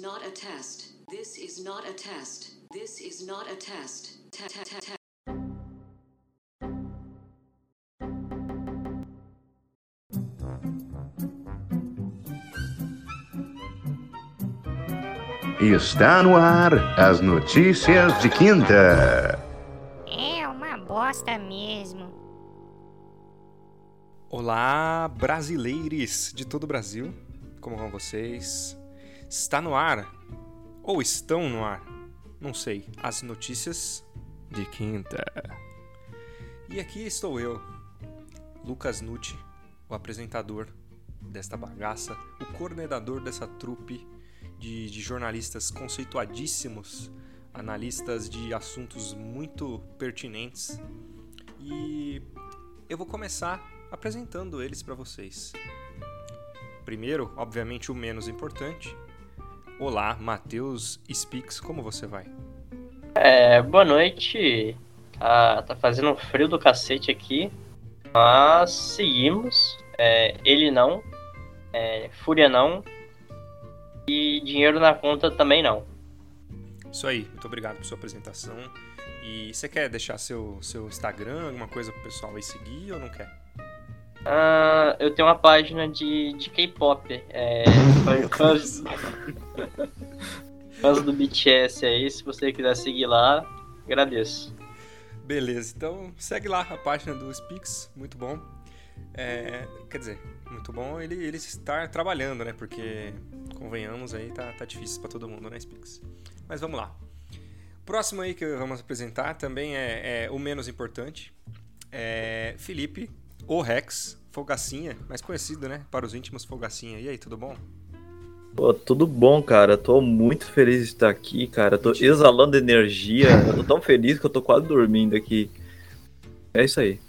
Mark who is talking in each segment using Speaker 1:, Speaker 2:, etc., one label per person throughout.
Speaker 1: not a test. This is not a test. This is not a test. Ta- ta- ta- ta-
Speaker 2: Está no ar as notícias de quinta.
Speaker 3: É uma bosta mesmo.
Speaker 4: Olá, brasileiros de todo o Brasil. Como vão vocês? Está no ar ou estão no ar? Não sei. As notícias de quinta. E aqui estou eu, Lucas Nucci, o apresentador desta bagaça, o coordenador dessa trupe de, de jornalistas conceituadíssimos, analistas de assuntos muito pertinentes. E eu vou começar apresentando eles para vocês. Primeiro, obviamente, o menos importante. Olá, Matheus Speaks, como você vai?
Speaker 5: É, boa noite. Tá, tá fazendo um frio do cacete aqui. Mas seguimos. É, ele não. É, fúria não. E dinheiro na conta também não.
Speaker 4: Isso aí, muito obrigado por sua apresentação. E você quer deixar seu, seu Instagram, alguma coisa pro pessoal aí seguir ou não quer?
Speaker 5: Ah, eu tenho uma página de, de K-pop. É, fãs, fãs do BTS aí. Se você quiser seguir lá, agradeço.
Speaker 4: Beleza, então segue lá a página do Speaks, muito bom. É, quer dizer, muito bom ele, ele estar trabalhando, né? Porque, convenhamos, aí tá, tá difícil pra todo mundo, né, Speaks? Mas vamos lá. Próximo aí que vamos apresentar também é, é o menos importante. É Felipe, o Rex, Fogacinha, mais conhecido, né? Para os íntimos, Fogacinha. E aí, tudo bom?
Speaker 6: Pô, tudo bom, cara. Tô muito feliz de estar aqui, cara. Tô
Speaker 4: Mentira.
Speaker 6: exalando energia. Eu tô tão feliz que eu tô quase dormindo aqui. É isso aí.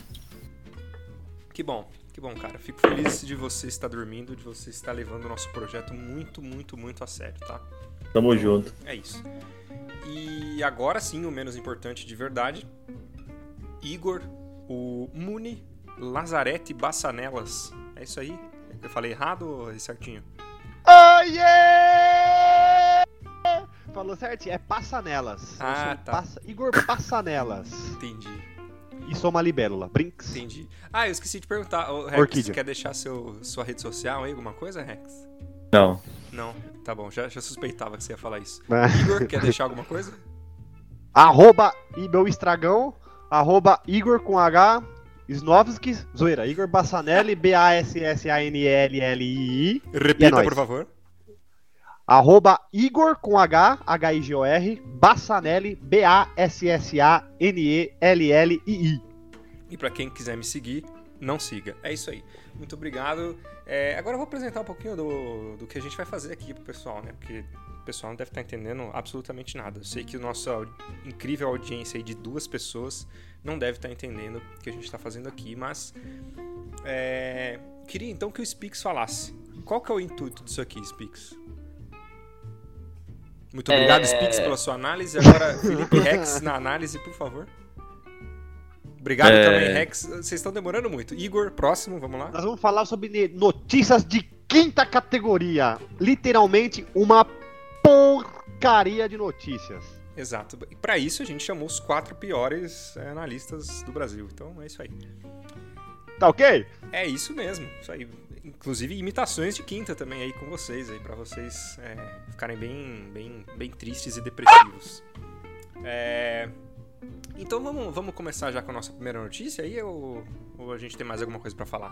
Speaker 4: Que bom, que bom, cara. Fico feliz de você estar dormindo, de você estar levando o nosso projeto muito, muito, muito a sério, tá?
Speaker 6: Tamo junto.
Speaker 4: É isso. E agora sim, o menos importante de verdade. Igor, o Muni Lazarete Bassanelas. É isso aí? Eu falei errado ou é certinho?
Speaker 7: Oiê! Falou certinho, é Passanelas. Eu
Speaker 4: Ah,
Speaker 7: sou
Speaker 4: tá.
Speaker 7: Passa- Igor Passanelas.
Speaker 4: Entendi,
Speaker 7: E sou uma libélula, Brinks.
Speaker 4: entendi. Ah, eu esqueci de perguntar. Ô, Rex,
Speaker 7: Orquídea.
Speaker 4: quer deixar seu, sua rede social aí, alguma coisa, Rex?
Speaker 6: Não.
Speaker 4: Não, tá bom, já, já suspeitava que você ia falar isso.
Speaker 7: Ah.
Speaker 4: Igor, quer deixar alguma coisa?
Speaker 7: Arroba e meu estragão, arroba Igor com H, Snovski, zoeira, Igor Bassanelli, B-A-S-S-A-N-L-L-I-I,
Speaker 4: Repita,
Speaker 7: nóis.
Speaker 4: por favor.
Speaker 7: arroba Igor com H, H-I-G-O-R, Bassanelli, B-A-S-S-A-N-E-L-L-I-I.
Speaker 4: E pra quem quiser me seguir, não siga. É isso aí. Muito obrigado. É, agora eu vou apresentar um pouquinho do, do que a gente vai fazer aqui pro pessoal, né? Porque o pessoal não deve estar entendendo absolutamente nada. Eu sei que a nossa au- incrível audiência aí de duas pessoas não deve estar entendendo o que a gente está fazendo aqui, mas é, queria então que o Spix falasse. Qual que é o intuito disso aqui, Spix? Muito obrigado,
Speaker 5: É.
Speaker 4: Spix, pela sua análise. Agora, Felipe Rex na análise, por favor. Obrigado
Speaker 6: É.
Speaker 4: também, Rex. Vocês estão demorando muito. Igor, próximo, vamos lá.
Speaker 7: Nós vamos falar sobre ne- notícias de quinta categoria. Literalmente uma porcaria de notícias.
Speaker 4: Exato. E pra isso a gente chamou os quatro piores eh, analistas do Brasil. Então é isso aí.
Speaker 7: Tá ok?
Speaker 4: É isso mesmo. Isso aí. Inclusive imitações de quinta também aí com vocês aí para vocês eh, ficarem bem, bem, bem tristes e depressivos. É, Então vamos, vamos começar já com a nossa primeira notícia aí ou, ou a gente tem mais alguma coisa pra falar?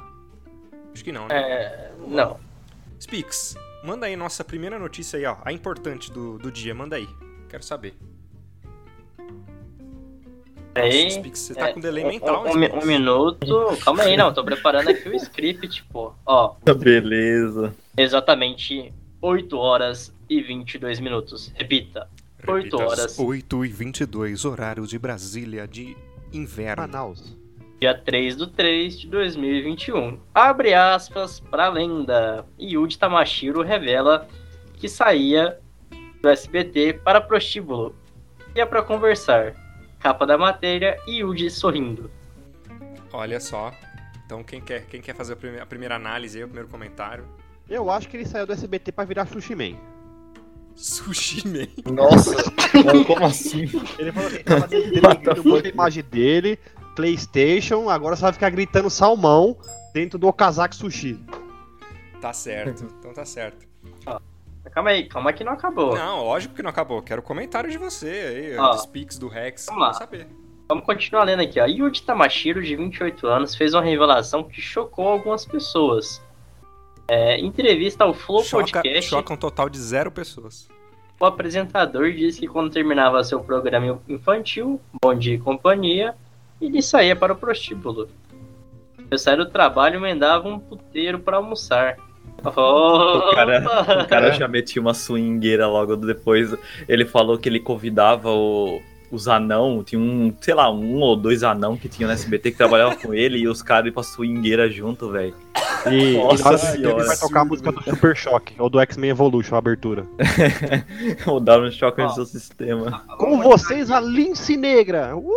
Speaker 4: Acho que não, né?
Speaker 5: É, não.
Speaker 4: Spix, manda aí nossa primeira notícia aí, ó. A importante do, do dia, manda aí. Quero saber.
Speaker 5: Peraí.
Speaker 4: Nossa, Spix, você tá
Speaker 5: É,
Speaker 4: com delay
Speaker 5: um-
Speaker 4: mental,
Speaker 5: um,
Speaker 4: hein,
Speaker 5: um, um
Speaker 4: Spix?
Speaker 5: minuto. Calma aí, não. Tô preparando aqui o script, pô. Ó,
Speaker 6: Beleza.
Speaker 5: exatamente 8 horas e 22 minutos. Repita.
Speaker 4: Repita,
Speaker 5: Oito horas.
Speaker 4: 8 e 22, horário de Brasília de inverno.
Speaker 7: Manaus.
Speaker 5: Dia 3 do 3 de 2021. Abre aspas pra lenda. Yuji Tamashiro revela que saía do SBT para prostíbulo. E é pra conversar. Capa da matéria, Yuji sorrindo.
Speaker 4: Olha só. Então quem quer, quem quer fazer a prime- a primeira análise aí, o primeiro comentário?
Speaker 7: Eu acho que ele saiu do SBT pra virar Sushi Man.
Speaker 4: Sushi Man.
Speaker 6: Nossa, mano, como assim?
Speaker 7: Ele falou assim: tava dentro dele,
Speaker 6: What the
Speaker 7: gritando muito a imagem dele, PlayStation, agora você vai ficar gritando salmão dentro do Okazaki Sushi.
Speaker 4: Tá certo, então tá certo.
Speaker 5: Calma aí, calma que não acabou.
Speaker 4: Não, lógico que não acabou. Quero comentário de você aí,
Speaker 5: Ó.
Speaker 4: dos pics do Rex.
Speaker 5: Vamos lá.
Speaker 4: Quero saber.
Speaker 5: Vamos continuar lendo aqui, ó. Yuji Tamashiro, de 28 anos, fez uma revelação que chocou algumas pessoas. É, em entrevista ao Flow
Speaker 4: Choca,
Speaker 5: Podcast,
Speaker 4: choca um total de zero pessoas.
Speaker 5: o apresentador disse que quando terminava seu programa infantil, Bom Dia e Companhia, ele saía para o prostíbulo. Eu saía do trabalho e emendava um puteiro para almoçar. Oh,
Speaker 6: O cara- O cara já metia uma swingueira logo depois. Ele falou que ele convidava o- os anão, tinha um, sei lá, um ou dois anão que tinha no SBT que trabalhava com ele e os caras iam pra swingueira junto, velho.
Speaker 7: E,
Speaker 6: Nossa
Speaker 7: e na hora
Speaker 6: senhora.
Speaker 7: que ele vai tocar a música do Super Shock ou do X-Men Evolution, a abertura.
Speaker 6: O Darwin choca
Speaker 5: Ó.
Speaker 6: no seu sistema.
Speaker 7: Com vocês, a Lince Negra! Uh!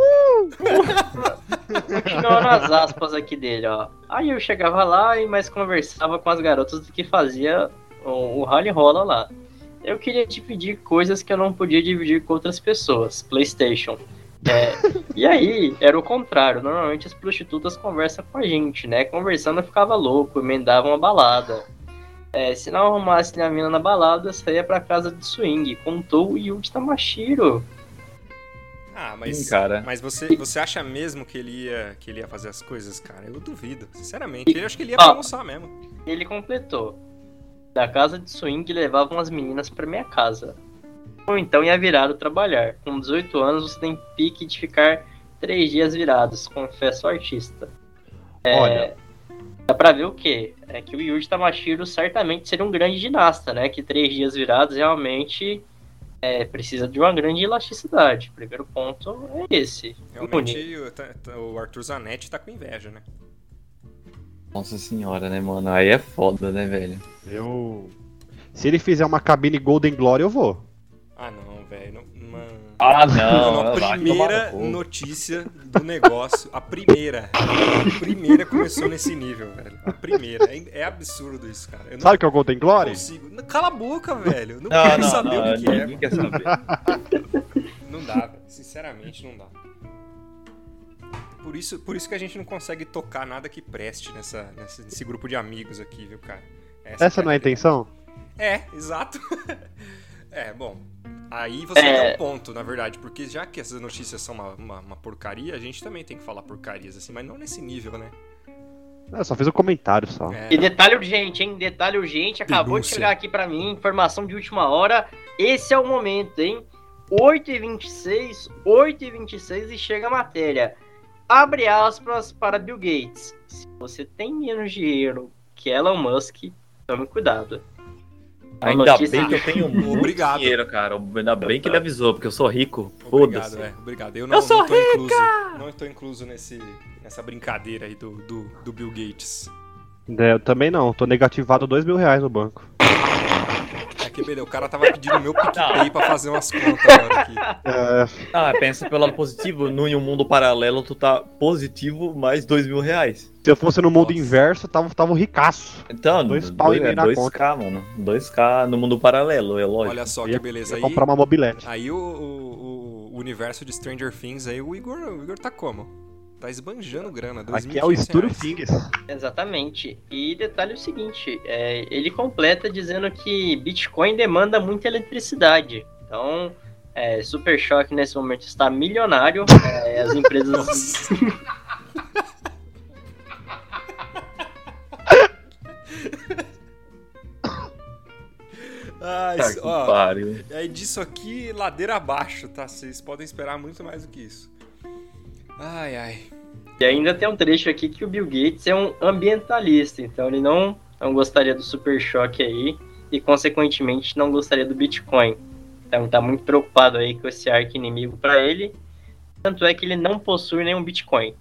Speaker 5: Continuando as aspas aqui dele, ó. Aí eu chegava lá e mais conversava com as garotas do que fazia o, o rally rola lá. Eu queria dividir coisas que eu não podia dividir com outras pessoas, PlayStation. É, e aí, era o contrário. Normalmente as prostitutas conversam com a gente, né? Conversando eu ficava louco, emendava uma balada. É, se não arrumasse minha mina na balada, eu saía pra casa de swing. Contou o Yuji Tamashiro.
Speaker 4: Ah, mas.
Speaker 6: Sim, cara.
Speaker 4: Mas você, você acha mesmo que ele, ia, que ele ia fazer as coisas, cara? Eu duvido, sinceramente. Eu acho que ele ia pra
Speaker 5: Ó.
Speaker 4: almoçar mesmo.
Speaker 5: Ele completou. Da casa de swing levavam as meninas pra minha casa. Ou então ia virado trabalhar. Com 18 anos você tem pique de ficar três dias virados, confesso o artista.
Speaker 6: É.
Speaker 7: Olha,
Speaker 5: Dá pra ver o quê? É que o Yuji Tamashiro certamente seria um grande ginasta, né? Que três dias virados realmente é, precisa de uma grande elasticidade. Primeiro ponto é esse. Bonito.
Speaker 4: Realmente, o, tá- tá- o Arthur Zanetti tá com inveja, né?
Speaker 6: Nossa senhora, né, mano? Aí é foda, né, velho?
Speaker 7: eu. Se ele fizer uma cabine Golden Glory, eu vou.
Speaker 4: Ah, não, velho. não- Mano.
Speaker 6: Ah,
Speaker 4: Mano, a primeira notícia do negócio, a primeira, a primeira começou nesse nível, velho. A primeira. É, é absurdo isso, cara. Eu não
Speaker 7: Sabe o que é o Golden Glory?
Speaker 4: consigo. Não, Cala a boca, velho. Eu não,
Speaker 6: Não,
Speaker 4: quero
Speaker 6: não,
Speaker 4: saber
Speaker 6: não,
Speaker 4: o que, que é.
Speaker 6: ninguém quer saber.
Speaker 4: Não dá, velho. Sinceramente, não dá. Por isso, por isso que a gente não consegue tocar nada que preste nessa, nessa- nesse grupo de amigos aqui, viu, cara?
Speaker 7: Essa
Speaker 4: que
Speaker 7: não é a
Speaker 4: pegada.
Speaker 7: intenção?
Speaker 4: É, exato. é, bom. Aí você
Speaker 5: É.
Speaker 4: tem um ponto, na verdade, porque já que essas notícias são uma, uma- uma porcaria, a gente também tem que falar porcarias, assim, mas não nesse nível, né?
Speaker 7: Eu só fiz um comentário só.
Speaker 5: E
Speaker 4: É,
Speaker 5: detalhe urgente, hein? Detalhe urgente. Acabou de
Speaker 4: Denúncia.
Speaker 5: chegar aqui pra mim, informação de última hora. Esse é o momento, hein? 8h26, 8h26 e chega a matéria. Abre aspas para Bill Gates. Se você tem menos dinheiro que Elon Musk, tome cuidado.
Speaker 6: Ainda
Speaker 5: Notícia.
Speaker 6: bem que eu tenho muito
Speaker 4: Obrigado.
Speaker 6: dinheiro, cara. Ainda bem que ele avisou, porque eu sou rico.
Speaker 4: obrigado,
Speaker 6: Foda-se.
Speaker 4: é, obrigado. Eu não,
Speaker 6: sou
Speaker 4: não tô incluso. Não tô incluso nesse, nessa brincadeira aí do, do, do Bill Gates.
Speaker 7: É, Eu também não, tô negativado dois mil reais no banco.
Speaker 4: É que beleza, o cara tava pedindo meu PicPay pra fazer umas contas agora aqui.
Speaker 7: É,
Speaker 6: Ah, pensa pelo lado positivo. No, em um mundo paralelo, tu tá positivo mais dois mil reais.
Speaker 7: Se eu fosse no mundo
Speaker 4: Nossa.
Speaker 7: inverso, eu tava, tava um ricaço.
Speaker 6: Então,
Speaker 7: Dois pau e meio
Speaker 6: é,
Speaker 7: na
Speaker 6: 2K,
Speaker 7: conta.
Speaker 6: mano. 2K no mundo paralelo, é lógico.
Speaker 4: Olha só
Speaker 7: Eu
Speaker 4: que
Speaker 7: ia-
Speaker 4: beleza
Speaker 7: Ia
Speaker 4: aí.
Speaker 7: comprar uma mobilete.
Speaker 4: Aí o, o- o universo de Stranger Things aí, o Igor, o Igor tá como? Tá esbanjando grana.
Speaker 7: Aqui é o
Speaker 4: 2.500
Speaker 7: Estúdio
Speaker 4: reais.
Speaker 7: Fingers.
Speaker 5: Exatamente. E detalhe é o seguinte: é, ele completa dizendo que Bitcoin demanda muita eletricidade. Então, é, Super Choque nesse momento está milionário. é, as empresas.
Speaker 4: Ah,
Speaker 6: Tá
Speaker 4: isso-
Speaker 6: que
Speaker 4: ó,
Speaker 6: pariu.
Speaker 4: é disso aqui, ladeira abaixo, tá? Vocês podem esperar muito mais do que isso. Ai, ai.
Speaker 5: E ainda tem um trecho aqui que o Bill Gates é um ambientalista, então ele não, não gostaria do Super Choque aí e, consequentemente, não gostaria do Bitcoin. Então tá muito preocupado aí com esse arco inimigo para ele. Tanto é que ele não possui nenhum Bitcoin.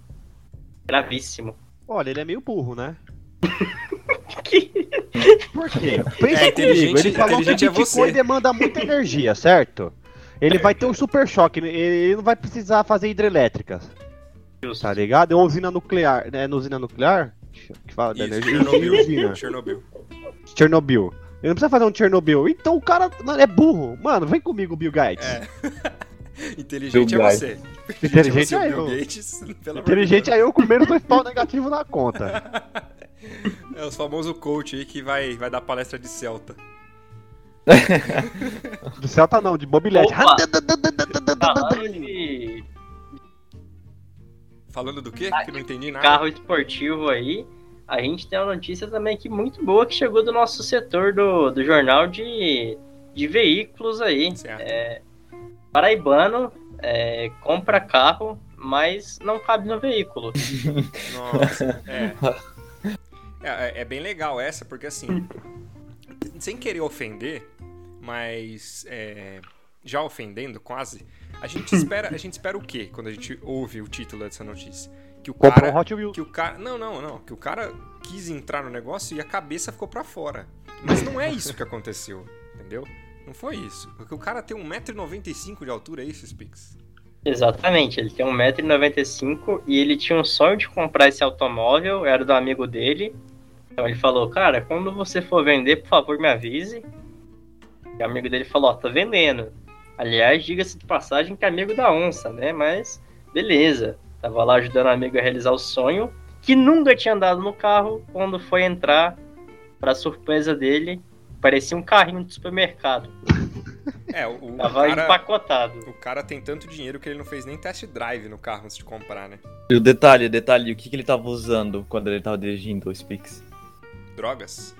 Speaker 5: Gravíssimo.
Speaker 7: Olha, ele é meio burro, né?
Speaker 5: Que
Speaker 7: Por quê? Pensa
Speaker 4: É,
Speaker 7: comigo,
Speaker 4: inteligente-
Speaker 7: ele falou que
Speaker 4: inteligente é
Speaker 7: Bitcoin
Speaker 4: você.
Speaker 7: demanda muita energia, certo? Ele vai ter um super choque, ele- ele não vai precisar fazer hidrelétricas,
Speaker 5: justo.
Speaker 7: tá ligado? É uma usina nuclear, né? Na usina nuclear? Que fala da
Speaker 4: Isso,
Speaker 7: energia?
Speaker 4: Chernobyl.
Speaker 7: Usina.
Speaker 4: Chernobyl.
Speaker 7: Chernobyl. Ele não precisa fazer um Chernobyl. Então o cara mano, é burro. Mano, vem comigo, Bill Gates.
Speaker 4: É. Inteligente
Speaker 6: Bill
Speaker 4: é você.
Speaker 7: Inteligente
Speaker 4: você,
Speaker 7: é
Speaker 4: Bill
Speaker 7: eu.
Speaker 4: Gates, pelo amor de
Speaker 7: Inteligente aí eu com menos dois pau negativo na conta.
Speaker 4: Deus. É o famoso coach aí que vai, vai dar palestra de Celta.
Speaker 7: Do Celta não, de mobilete.
Speaker 5: Opa!
Speaker 6: tá
Speaker 5: Falando de
Speaker 4: Falando do quê? Que não entendi nada.
Speaker 5: carro esportivo aí, a gente tem uma notícia também que muito boa que chegou do nosso setor do, do jornal de, de veículos aí.
Speaker 4: Certo.
Speaker 5: É. Paraibano é, compra carro, mas não cabe no veículo.
Speaker 4: Nossa, é. É, é- é bem legal essa, porque assim, sem querer ofender, mas é, já ofendendo quase, a gente espera, a gente espera o quê quando a gente ouve o título dessa notícia? Que o
Speaker 7: Comprou um
Speaker 4: cara,
Speaker 7: Hot Wheels.
Speaker 4: que o cara, não, não, não, que o cara quis entrar no negócio e a cabeça ficou pra fora. Mas não é isso que aconteceu, entendeu? Não foi isso. Porque o cara tem 1,95m de altura, é isso, Spix?
Speaker 5: Exatamente, ele um tem 1,95m e ele tinha um sonho de comprar esse automóvel, era do amigo dele. Então ele falou, cara, quando você for vender, por favor me avise. E o amigo dele falou, ó, tá vendendo. Aliás, diga-se de passagem que é amigo da onça, né? Mas beleza. Tava lá ajudando o amigo a realizar o sonho, que nunca tinha andado no carro, quando foi entrar, pra surpresa dele, parecia um carrinho de supermercado.
Speaker 4: É, o, o
Speaker 5: Tava
Speaker 4: cara...
Speaker 5: empacotado.
Speaker 4: O cara tem tanto dinheiro que ele não fez nem test drive no carro antes de comprar, né?
Speaker 6: E o detalhe, detalhe, o que, que ele tava usando quando ele tava dirigindo o Spix?
Speaker 4: Drogas.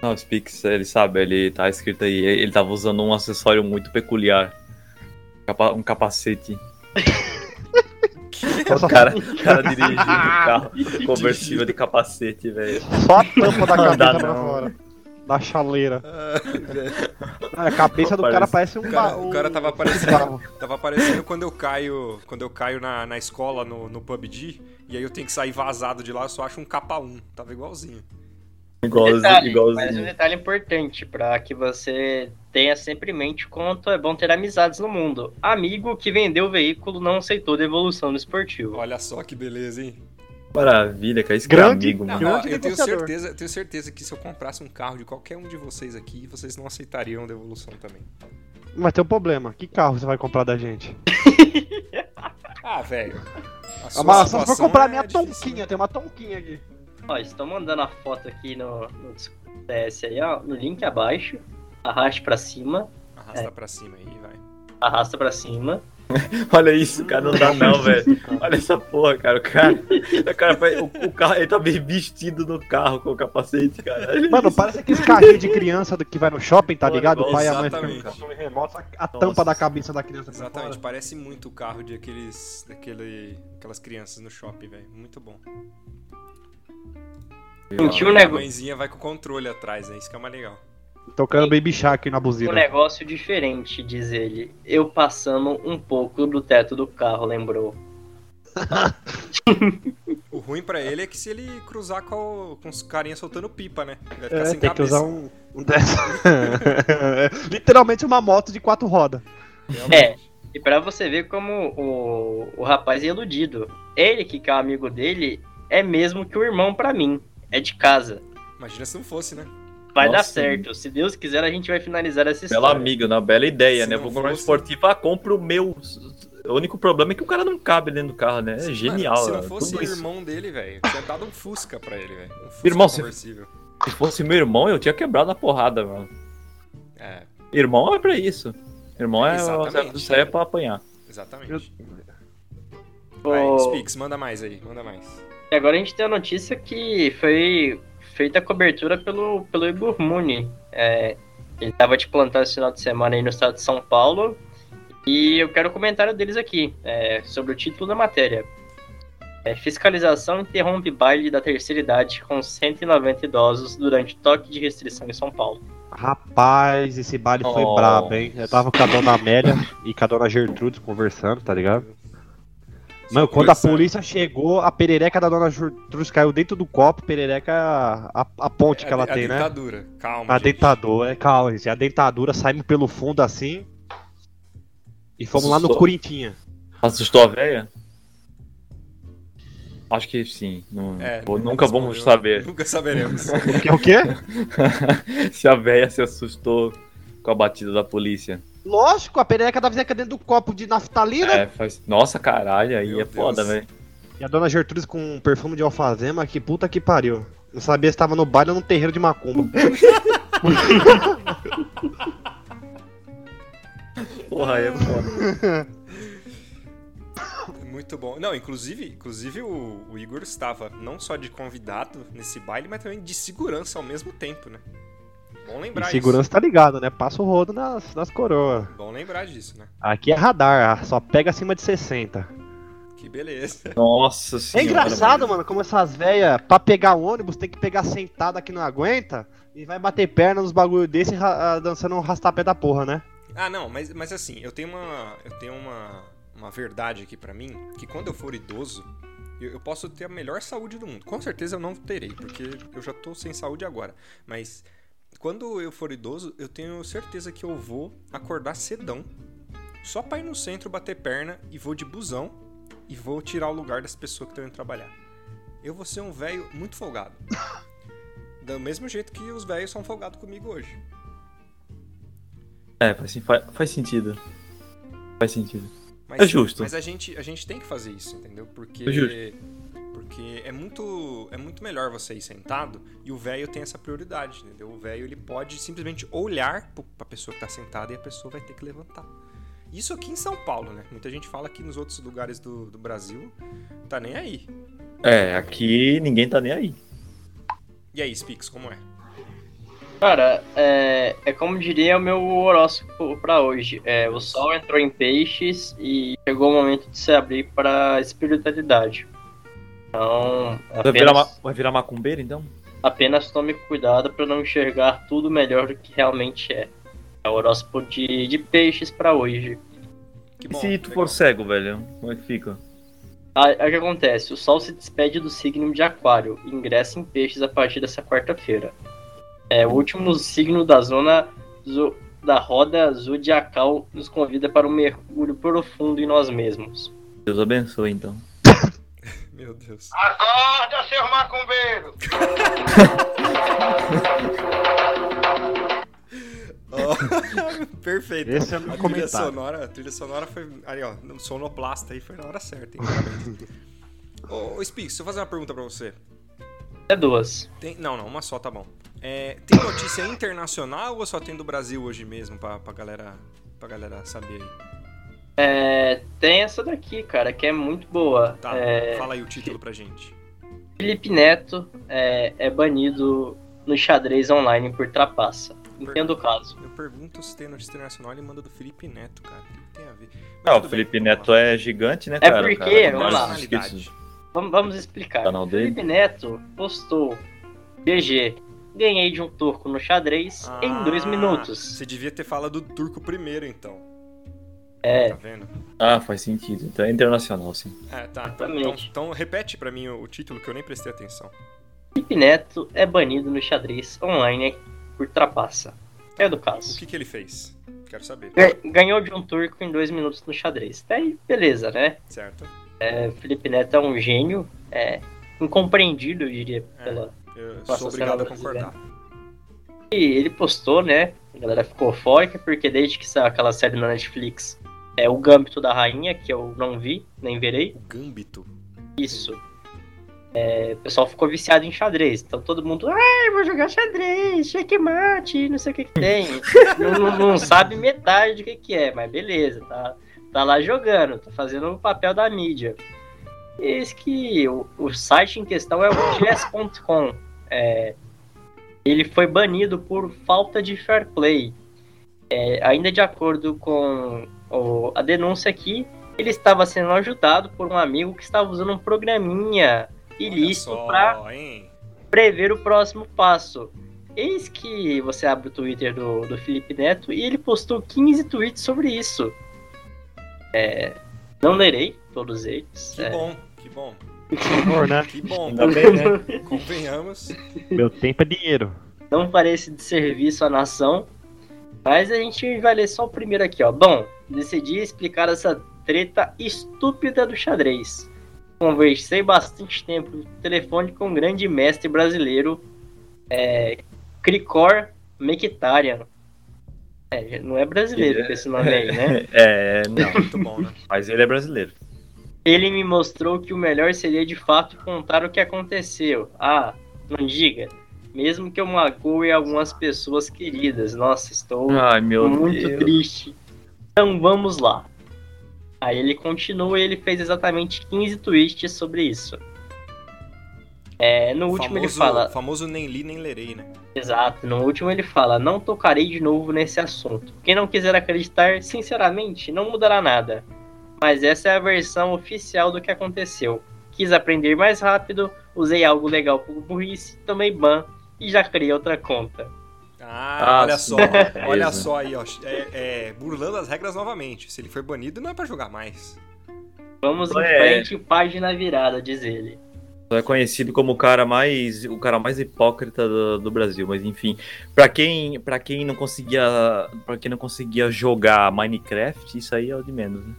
Speaker 6: Não, o Spix, ele sabe, ele tá escrito aí, ele tava usando um acessório muito peculiar. Capa- Um capacete. o, cara, o cara dirigindo o carro conversível de capacete, velho.
Speaker 7: Só a tampa da
Speaker 6: Não dá,
Speaker 7: cabeça pra
Speaker 6: não.
Speaker 7: fora. Da chaleira. Ah, A cabeça do
Speaker 6: Parece-
Speaker 7: cara parece um
Speaker 4: O cara,
Speaker 7: ba-
Speaker 4: o cara tava
Speaker 7: um
Speaker 4: aparecendo,
Speaker 7: carro.
Speaker 4: tava aparecendo quando eu caio, quando eu caio na, na escola no, no PUBG, e aí eu tenho que sair vazado de lá, eu só acho um capa 1. Tava igualzinho.
Speaker 6: Igualzinho.
Speaker 5: Detalhe, Mas um
Speaker 6: igualzinho.
Speaker 5: detalhe importante para que você tenha sempre em mente quanto é bom ter amizades no mundo. Amigo que vendeu o veículo não aceitou devolução no esportivo.
Speaker 4: Olha só que beleza, hein?
Speaker 6: Maravilha, cara. Isso que é
Speaker 7: Grande-
Speaker 6: amigo,
Speaker 4: Não,
Speaker 6: mano.
Speaker 4: não,
Speaker 7: Grande
Speaker 4: eu tenho
Speaker 7: negociador.
Speaker 4: certeza, tenho certeza que se eu comprasse um carro de qualquer um de vocês aqui, vocês não aceitariam devolução também.
Speaker 7: Mas tem um problema. Que carro você vai comprar da gente?
Speaker 4: Ah, velho. A
Speaker 7: Ah,
Speaker 4: sua
Speaker 7: Mas só se for
Speaker 4: situação
Speaker 7: comprar a
Speaker 4: é
Speaker 7: minha
Speaker 4: difícil,
Speaker 7: tonquinha,
Speaker 4: né?
Speaker 7: tem uma tonquinha aqui.
Speaker 5: Ó, estou mandando a foto aqui no, no DS aí, ó, no link abaixo. Arraste para cima,
Speaker 4: né? Arrasta
Speaker 7: É.
Speaker 4: pra cima aí, vai.
Speaker 5: arrasta para cima.
Speaker 6: Olha isso, cara, não dá não, velho. Olha essa porra, cara. O cara, o cara vai- o, o carro, ele tá bem vestido no carro com o capacete, cara. Olha
Speaker 7: Mano,
Speaker 6: isso.
Speaker 7: parece aqueles carrinhos de criança do que vai no shopping, tá
Speaker 6: Olha,
Speaker 7: ligado? O pai e a mãe ficam
Speaker 4: Exatamente.
Speaker 7: controle remoto, a a tampa
Speaker 6: Nossa.
Speaker 7: da cabeça da criança. pra
Speaker 4: Exatamente,
Speaker 7: fora.
Speaker 4: parece muito o carro de aqueles, daquele, aquelas crianças no shopping, velho. Muito bom.
Speaker 5: Sentiu um,
Speaker 4: É, A
Speaker 5: nego-
Speaker 4: mãezinha vai com o controle atrás, né? Isso que é mais legal.
Speaker 7: Tocando Baby Shark na
Speaker 5: um
Speaker 7: buzina.
Speaker 5: negócio diferente, diz ele. Eu passando um pouco do teto do carro, lembrou.
Speaker 4: O ruim pra ele é que se ele cruzar com, o- com os carinhas soltando pipa, né? Ele vai ficar
Speaker 7: É,
Speaker 4: sem
Speaker 7: tem que
Speaker 4: cabeça.
Speaker 7: usar um, um dessa. Literalmente uma moto de quatro rodas.
Speaker 5: É, e pra você ver como o, o rapaz é iludido. Ele, que é o amigo dele, é mesmo que o irmão pra mim. É de casa.
Speaker 4: Imagina se não fosse, né?
Speaker 5: Vai
Speaker 6: Nossa,
Speaker 5: dar certo. Se Deus quiser, a gente vai finalizar essa história.
Speaker 7: é.
Speaker 6: Bela amiga, uma bela ideia,
Speaker 4: Se
Speaker 6: né?
Speaker 4: não
Speaker 6: Vou comprar um
Speaker 4: fosse-
Speaker 6: esportivo, ah, compro o meu. O único problema é que o cara não cabe dentro do carro, né? É
Speaker 4: Mano,
Speaker 6: genial,
Speaker 4: Se não
Speaker 6: né?
Speaker 4: fosse
Speaker 6: Tudo
Speaker 4: o
Speaker 6: isso.
Speaker 4: irmão dele, velho, tinha dado um Fusca pra ele, velho. Um Fusca
Speaker 6: Irmão, se-
Speaker 4: conversível.
Speaker 6: Se fosse meu irmão, eu tinha quebrado a porrada, mano.
Speaker 4: É,
Speaker 6: Irmão é pra isso. Irmão é,
Speaker 4: Exatamente.
Speaker 6: isso aí é pra apanhar.
Speaker 4: exatamente.
Speaker 5: Ô,
Speaker 4: Vai, Spix, manda mais aí, manda mais.
Speaker 5: E agora a gente tem a notícia que foi feita a cobertura pelo, pelo Igor Muni. É, ele tava de plantão esse final de semana aí no estado de São Paulo. E eu quero o comentário deles aqui, é, sobre o título da matéria. É, fiscalização interrompe baile da terceira idade com 190 idosos durante toque de restrição em São Paulo.
Speaker 7: Rapaz, esse baile foi
Speaker 6: Nossa.
Speaker 7: brabo, hein? Eu tava com a dona Amélia e com a dona Gertrudes conversando, tá ligado? Mano, quando a
Speaker 4: Conversando.
Speaker 7: polícia chegou, a perereca da dona Gertrudes caiu dentro do copo, perereca a, a ponte que ela
Speaker 4: É, a,
Speaker 7: tem,
Speaker 4: a
Speaker 7: né?
Speaker 4: ditadura, calma.
Speaker 7: A
Speaker 4: gente.
Speaker 7: dentadura, é, calma, gente. A dentadura saímos pelo fundo assim. E fomos lá no
Speaker 6: Só.
Speaker 7: Corintinha.
Speaker 6: Assustou a velha? Acho que sim. Não,
Speaker 4: É,
Speaker 6: vou- nunca vamos
Speaker 4: respondeu.
Speaker 6: saber
Speaker 4: Nunca saberemos.
Speaker 7: O quê? é O quê?
Speaker 6: se a véia se assustou com a batida da polícia.
Speaker 7: Lógico, a perereca da vizinha fica dentro do copo de naftalina.
Speaker 6: É, faz... Nossa, caralho, aí
Speaker 4: Meu
Speaker 6: é foda,
Speaker 4: Deus.
Speaker 6: velho.
Speaker 7: E a dona Gertrudes com um perfume de alfazema, que puta que pariu. Não sabia se tava no baile ou no terreiro de macumba.
Speaker 6: Porra, aí é foda.
Speaker 4: Muito bom. Não, inclusive, inclusive o, o Igor estava não só de convidado nesse baile, mas também de segurança ao mesmo tempo, né? Bom
Speaker 7: E
Speaker 4: lembrar
Speaker 7: segurança tá ligado, né? Passa o rodo nas, nas coroas.
Speaker 4: disso. Bom lembrar disso, né?
Speaker 7: Aqui é radar, só pega acima de 60.
Speaker 4: Que beleza.
Speaker 6: Nossa
Speaker 7: É
Speaker 6: senhora.
Speaker 7: engraçado, mano, como essas velhas, pra pegar o ônibus, tem que pegar sentada que não aguenta e vai bater perna nos bagulho desse ra- ah, dançando um rastapé da porra, né?
Speaker 4: Ah, não, mas, mas assim, eu tenho uma. Eu tenho uma, uma verdade aqui pra mim, que quando eu for idoso, eu, eu posso ter a melhor saúde do mundo. Com certeza eu não terei, porque eu já tô sem saúde agora. Mas quando eu for idoso, eu tenho certeza que eu vou acordar cedão. Só pra ir no centro bater perna e vou de busão e vou tirar o lugar das pessoas que estão indo trabalhar. Eu vou ser um velho muito folgado. Do mesmo jeito que os velhos são folgados comigo hoje.
Speaker 6: É, faz, sen- fa- faz sentido. Faz sentido.
Speaker 4: Mas,
Speaker 6: É justo.
Speaker 4: Mas a gente, a gente tem que fazer isso, entendeu? Porque
Speaker 6: É justo.
Speaker 4: porque é muito é muito melhor você ir sentado e o velho tem essa prioridade, entendeu? O velho ele pode simplesmente olhar pro- pra pessoa que tá sentada e a pessoa vai ter que levantar. Isso aqui em São Paulo, né? Muita gente fala que nos outros lugares do, do Brasil tá nem aí.
Speaker 6: É, aqui ninguém tá nem aí.
Speaker 4: E aí, Spix, como é?
Speaker 5: Cara, é, é como diria o meu horóscopo pra hoje. É, o sol entrou em peixes e chegou o momento de se abrir pra espiritualidade. Então,
Speaker 6: Vai virar, ma-
Speaker 5: apenas,
Speaker 6: vai virar macumbeiro, então?
Speaker 5: apenas tome cuidado pra não enxergar tudo melhor do que realmente é. É o horóscopo de, de peixes pra hoje.
Speaker 4: Que
Speaker 6: e se tu
Speaker 4: legal.
Speaker 6: for cego, velho? Como é que fica?
Speaker 5: Aí aí o que acontece? O Sol se despede do signo de Aquário e ingressa em Peixes a partir dessa quarta-feira. É o último signo da zona zo- da roda zodiacal nos convida para um mergulho profundo em nós mesmos.
Speaker 6: Deus abençoe, então.
Speaker 4: Meu Deus.
Speaker 8: Acorda, seu macumbeiro!
Speaker 4: Ó, Perfeito.
Speaker 7: Esse é o meu
Speaker 4: a trilha
Speaker 7: comentário.
Speaker 4: sonora, a trilha sonora foi. Ali, ó, no sonoplasta aí foi na hora certa, hein? Parabéns. ô, ô Spix, deixa eu fazer uma pergunta pra você.
Speaker 5: É duas.
Speaker 4: Tem- não, não, uma só tá bom. É, tem notícia internacional ou só tem do Brasil hoje mesmo pra, pra, galera, pra galera saber aí?
Speaker 5: É, tem essa daqui, cara, que é muito boa.
Speaker 4: Tá,
Speaker 5: É,
Speaker 4: fala aí o título pra gente.
Speaker 5: Felipe Neto é, é banido no xadrez online por trapaça. Entendo o caso.
Speaker 4: Eu pergunto se tem notícia internacional ele manda do Felipe Neto, cara. O que tem a ver? Mas
Speaker 6: Ah, o
Speaker 4: tudo bem, então
Speaker 6: Felipe
Speaker 4: vamos
Speaker 6: Neto
Speaker 4: lá.
Speaker 6: é gigante, né, cara?
Speaker 5: porque,
Speaker 6: Cara,
Speaker 5: vamos lá.
Speaker 6: eu esqueci
Speaker 5: Vamos, vamos
Speaker 6: o
Speaker 5: explicar.
Speaker 6: canal dele.
Speaker 5: Felipe Neto postou BG. Ganhei de um turco no xadrez é em dois
Speaker 4: Ah,
Speaker 5: minutos.
Speaker 4: Você devia ter falado do turco primeiro, então. É. Tá vendo?
Speaker 6: Ah, faz sentido. Então é internacional, sim.
Speaker 4: É, tá. Então,
Speaker 5: Exatamente.
Speaker 4: então, então repete pra mim o, o título que eu nem prestei atenção.
Speaker 5: Felipe Neto é banido no xadrez online por trapaça. É do
Speaker 4: O
Speaker 5: caso.
Speaker 4: que, que ele fez? Quero saber.
Speaker 5: Ga- Ganhou de um turco em dois minutos no xadrez. Até aí, beleza, né?
Speaker 4: Certo?
Speaker 5: É, Felipe Neto é um gênio, é incompreendido, eu diria.
Speaker 4: É.
Speaker 5: Pela...
Speaker 4: Eu
Speaker 5: Nossa,
Speaker 4: sou obrigado a
Speaker 5: senhora né?
Speaker 4: concordar.
Speaker 5: E ele postou, né? A galera ficou eufórica, porque desde que saiu aquela série na Netflix, é o Gâmbito da Rainha, que eu não vi, nem verei.
Speaker 4: O Gambito.
Speaker 5: Isso. É, o pessoal ficou viciado em xadrez. Então todo mundo, ai, vou jogar xadrez, checkmate, não sei o que, que tem. não, não- não sabe metade do que, que é, mas beleza, tá, tá lá jogando, tá fazendo o papel da mídia. Eis que o, o site em questão é o chess.com. É, ele foi banido por falta de fair play. É, ainda de acordo com o- a denúncia aqui, ele estava sendo ajudado por um amigo que estava usando um programinha ilícito
Speaker 4: Olha só,
Speaker 5: para
Speaker 4: hein?
Speaker 5: prever o próximo passo. Eis que você abre o Twitter do, do Felipe Neto e ele postou 15 tweets sobre isso. É, não lerei todos eles.
Speaker 4: Que
Speaker 5: é.
Speaker 4: bom, que bom.
Speaker 7: Por favor, né?
Speaker 4: Que bom.
Speaker 6: Ainda bem, né?
Speaker 4: Convenhamos.
Speaker 7: Meu tempo é dinheiro.
Speaker 5: não parece de serviço à nação. Mas a gente vai ler só o primeiro aqui, ó. Bom, decidi explicar essa treta estúpida do xadrez. Conversei bastante tempo no telefone com um grande mestre brasileiro, é, Cricor Mekitarian. É, não é brasileiro com esse nome aí, né?
Speaker 6: É,
Speaker 4: Não, muito bom, né?
Speaker 6: mas ele é brasileiro.
Speaker 5: Ele me mostrou que o melhor seria de fato contar o que aconteceu. Ah, não diga. Mesmo que eu magoe algumas pessoas queridas. Nossa, estou
Speaker 6: Ai, meu
Speaker 5: muito
Speaker 6: Deus.
Speaker 5: triste. Então vamos lá. Aí ele continua e ele fez exatamente 15 tweets sobre isso. É, no último ele
Speaker 4: famoso,
Speaker 5: fala.
Speaker 4: famoso nem li nem lerei, né?
Speaker 5: Exato, no último ele fala: Não tocarei de novo nesse assunto. Quem não quiser acreditar, sinceramente, não mudará nada. Mas essa é a versão oficial do que aconteceu. Quis aprender mais rápido, usei algo legal por burrice, tomei ban e já criei outra conta.
Speaker 4: Ah,
Speaker 6: Ah,
Speaker 4: olha
Speaker 6: sim,
Speaker 4: só.
Speaker 6: beleza.
Speaker 4: olha só aí, ó. É, é, burlando as regras novamente. Se ele foi banido, não é pra jogar mais.
Speaker 5: Vamos em
Speaker 6: É.
Speaker 5: frente, página virada, diz ele.
Speaker 6: É conhecido como o cara mais o cara mais hipócrita do, do Brasil, mas enfim, Pra quem para quem não conseguia para quem não conseguia jogar Minecraft, isso aí é o de menos, né?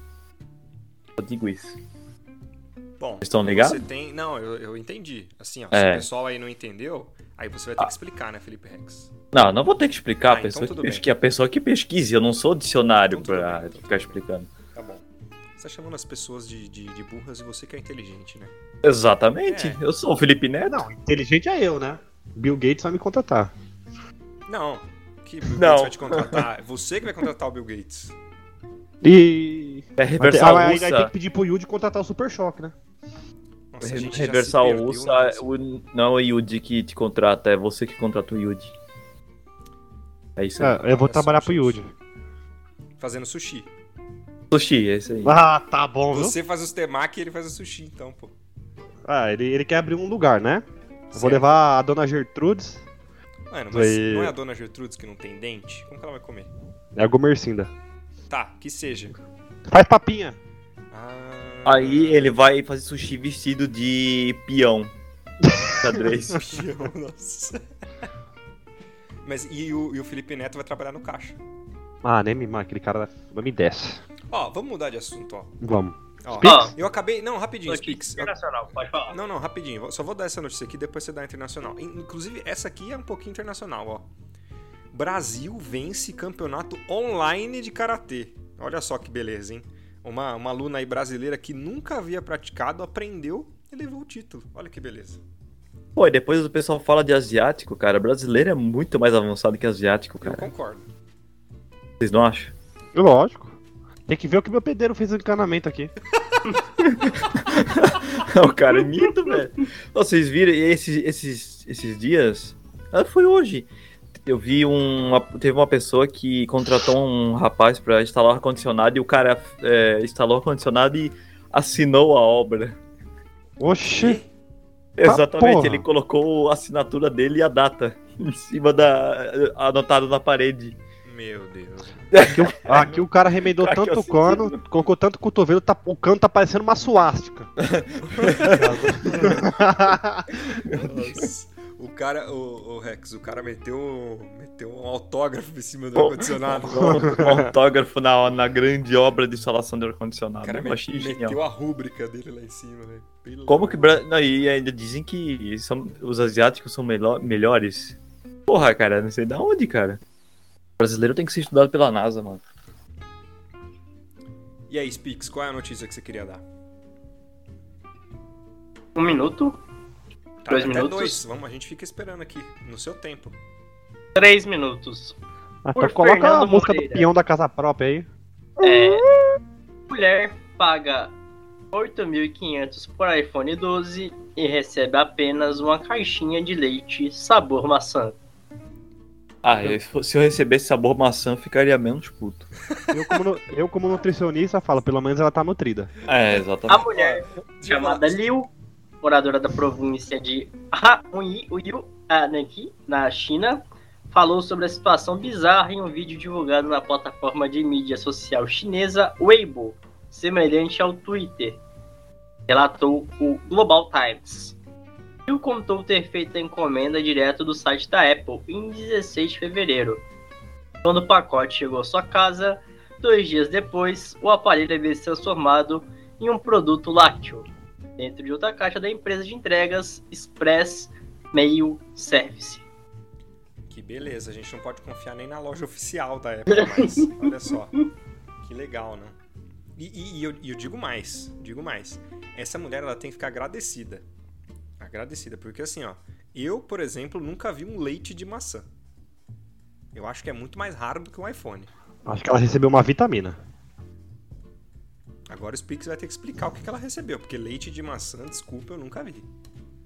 Speaker 6: Eu digo isso. Vocês
Speaker 4: Bom,
Speaker 6: estão ligados?
Speaker 4: você tem. Não, eu, eu entendi. Assim, ó. Se
Speaker 6: É. Ah.
Speaker 4: o pessoal aí não entendeu, aí você vai ter que explicar, né, Felipe Rex?
Speaker 6: Não, não vou ter que
Speaker 4: Ah,
Speaker 6: explicar, a
Speaker 4: então
Speaker 6: pessoa
Speaker 4: tudo
Speaker 6: que
Speaker 4: bem.
Speaker 6: pesquisa, a pessoa que pesquise, eu não sou dicionário
Speaker 4: Então tudo
Speaker 6: pra
Speaker 4: bem, então
Speaker 6: ficar
Speaker 4: tudo bem.
Speaker 6: explicando.
Speaker 4: Tá bom. Você tá chamando as pessoas de, de, de burras e você que é inteligente, né?
Speaker 6: Exatamente.
Speaker 4: É.
Speaker 6: Eu sou o Felipe Neto.
Speaker 7: Não, inteligente é eu, né? Bill Gates vai me contratar.
Speaker 4: Não. Que Bill
Speaker 6: Não.
Speaker 4: Gates vai te contratar? É Você que vai contratar o Bill Gates.
Speaker 7: E.
Speaker 6: É
Speaker 7: Vai ter-
Speaker 6: reversal
Speaker 7: aí vai ter que
Speaker 6: russa.
Speaker 7: pedir pro Yuji contratar o Super Choque, né?
Speaker 4: Nossa, a gente já se
Speaker 6: Reversal
Speaker 4: perdeu né?
Speaker 6: russa,
Speaker 4: nessa.
Speaker 6: o- não é o Yudi que te contrata, é você que contrata o Yudi. É isso aí.
Speaker 7: É, eu vou
Speaker 4: Olha
Speaker 7: trabalhar
Speaker 4: só,
Speaker 7: pro
Speaker 4: gente.
Speaker 7: Yuji.
Speaker 4: Fazendo sushi.
Speaker 6: Sushi, é isso aí.
Speaker 7: Ah, tá bom, viu?
Speaker 4: Você faz os temaki e ele faz o sushi, então, pô.
Speaker 7: Ah, ele, ele quer abrir um lugar, né? Eu Vou
Speaker 4: Certo.
Speaker 7: levar a dona Gertrudes
Speaker 4: Mano, mas
Speaker 7: Aí.
Speaker 4: não é a dona Gertrudes que não tem dente? Como que ela vai comer?
Speaker 7: e a Gomercinda.
Speaker 4: Tá, que seja.
Speaker 7: Faz papinha.
Speaker 4: Ah,
Speaker 6: Aí ele vai fazer sushi vestido de peão. Xadrez.
Speaker 4: pião, nossa. Mas e o, e o Felipe Neto vai trabalhar no caixa.
Speaker 7: Ah, nem me mata, aquele cara não me desce.
Speaker 4: Ó, vamos mudar de assunto, ó.
Speaker 7: Vamos.
Speaker 4: Ó,
Speaker 5: Ó,
Speaker 4: eu acabei. Não, rapidinho,
Speaker 5: notícia
Speaker 4: Spix. Eu-
Speaker 5: internacional, pode falar.
Speaker 4: Não, não, rapidinho. Só vou dar essa notícia aqui, depois você dá a internacional. In- Inclusive, essa aqui é um pouquinho internacional, ó. Brasil vence campeonato online de karatê. Olha só que beleza, hein? Uma, uma aluna aí brasileira que nunca havia praticado aprendeu e levou o título. Olha que beleza.
Speaker 6: Pô, e depois o pessoal fala de asiático, cara. Brasileiro é muito mais avançado que asiático,
Speaker 4: Eu
Speaker 6: cara.
Speaker 4: concordo.
Speaker 6: Vocês não acham?
Speaker 7: Lógico. Tem que ver o que meu pedreiro fez no encanamento aqui.
Speaker 6: o cara é mito, velho. Ó, Vocês viram esses, esses, esses dias? Ah, foi hoje. Eu vi uma. Teve uma pessoa que contratou um rapaz pra instalar o ar-condicionado e o cara é, instalou o ar-condicionado e assinou a obra.
Speaker 7: Oxi.
Speaker 6: Exatamente,
Speaker 7: porra.
Speaker 6: ele colocou a assinatura dele e a data em cima da. anotado na parede.
Speaker 4: Meu Deus.
Speaker 7: Aqui, o- Ah, aqui o cara remendou
Speaker 6: Aqui,
Speaker 7: tanto
Speaker 6: ó.
Speaker 7: o cano, colocou tanto cotovelo, tá, o cano tá parecendo uma suástica. Ah,
Speaker 4: Nossa. O cara, o, o Rex, o cara meteu, meteu um autógrafo em cima do
Speaker 6: Bom,
Speaker 4: ar-condicionado.
Speaker 6: Um autógrafo na, na grande obra de instalação de
Speaker 4: O
Speaker 6: ar-condicionado.
Speaker 4: cara
Speaker 6: Eu
Speaker 4: me-
Speaker 6: achei genial.
Speaker 4: meteu a rúbrica dele lá em cima, velho. Pelo
Speaker 6: Como que. Bra- Não, e ainda dizem que são- os asiáticos são melo- melhores. Porra, cara, não sei da onde, cara. O brasileiro tem que ser estudado pela NASA, mano.
Speaker 4: E aí, Spix, qual é a notícia que você queria dar?
Speaker 5: Um minuto? Dois
Speaker 4: Tá, é até
Speaker 5: minutos?
Speaker 4: Dois. Vamos, a gente fica esperando aqui, no seu tempo.
Speaker 5: Três minutos.
Speaker 7: Ah,
Speaker 5: Por
Speaker 7: então coloca
Speaker 5: Fernando
Speaker 7: a música
Speaker 5: Moreira.
Speaker 7: do peão da casa própria aí.
Speaker 5: É, mulher paga 8.500 por iPhone 12 e recebe apenas uma caixinha de leite sabor maçã.
Speaker 6: Ah, eu- se eu recebesse sabor maçã, eu ficaria menos puto.
Speaker 7: Eu como, nu- eu como nutricionista falo, pelo menos ela tá nutrida.
Speaker 6: É,
Speaker 5: A
Speaker 6: exatamente.
Speaker 5: mulher
Speaker 4: Deixa eu
Speaker 5: chamada
Speaker 4: falar-
Speaker 5: Liu, moradora da província de Hanyi, Uiu, ah, né, aqui, na China, falou sobre a situação bizarra em um vídeo divulgado na plataforma de mídia social chinesa Weibo, semelhante ao Twitter, relatou o Global Times. Liu contou ter feito a encomenda direto do site da Apple em 16 de fevereiro. Quando o pacote chegou à sua casa, dois dias depois, o aparelho havia se transformado em um produto lácteo. dentro de outra caixa da empresa de entregas Express Mail Service.
Speaker 4: Que beleza, a gente não pode confiar nem na loja oficial da Apple mais. Olha só. Que legal, né? E, e- e eu, e eu digo mais, digo mais. Essa mulher ela tem que ficar agradecida. Agradecida, porque assim, ó, eu, por exemplo, nunca vi um leite de maçã. Eu acho que é muito mais raro do que um iPhone.
Speaker 7: Acho que ela recebeu uma vitamina.
Speaker 4: Agora o Spix vai ter que explicar o que que ela recebeu, porque leite de maçã, desculpa, eu nunca vi.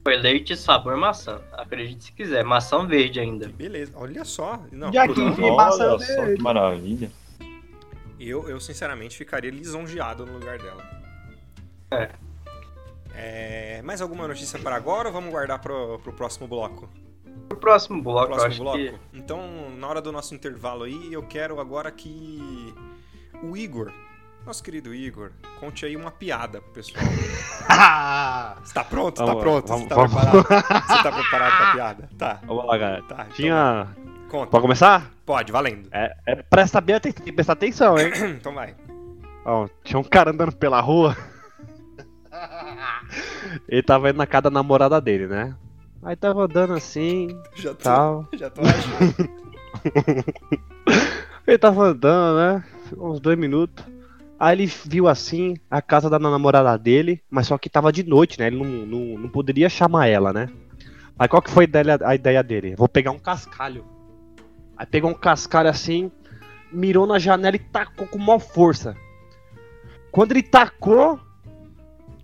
Speaker 5: Foi leite sabor maçã. Acredite se quiser, maçã verde ainda.
Speaker 4: Que beleza, olha só. Não,
Speaker 7: E aqui?
Speaker 4: eu-
Speaker 7: maçã
Speaker 6: Olha só que maravilha.
Speaker 4: eu, eu sinceramente ficaria lisonjeado no lugar dela. É. mais alguma notícia para agora ou vamos guardar pro, pro próximo bloco?
Speaker 5: Pro próximo bloco, eu
Speaker 4: próximo
Speaker 5: acho
Speaker 4: bloco?
Speaker 5: que
Speaker 4: Então, na hora do nosso intervalo aí, eu quero agora que o Igor, nosso querido Igor, conte aí uma piada pro pessoal. Você tá pronto? tá
Speaker 7: Vamos lá,
Speaker 4: pronto?
Speaker 7: vamos-
Speaker 4: Você tá
Speaker 7: vamos.
Speaker 4: preparado? Você tá preparado pra piada? Tá.
Speaker 7: Vamos lá, galera.
Speaker 4: Tá, então
Speaker 7: Tinha.
Speaker 4: conta.
Speaker 7: Pode começar?
Speaker 4: Pode, valendo.
Speaker 7: É, é presta bem atenção, tem que prestar atenção, hein?
Speaker 4: Então vai.
Speaker 7: Ó, tinha um cara andando pela rua. Ele tava indo na casa da namorada dele, né? Aí tava andando assim,
Speaker 4: Já tô,
Speaker 7: tal.
Speaker 4: já tô achando.
Speaker 7: Ele tava andando, né? Ficou uns dois minutos. Aí ele viu assim a casa da namorada dele, mas só que tava de noite, né? Ele não, não, não poderia chamar ela, né? Aí qual que foi a ideia, a ideia dele? Vou pegar um cascalho. Aí pegou um cascalho assim, mirou na janela e tacou com maior força. Quando ele tacou,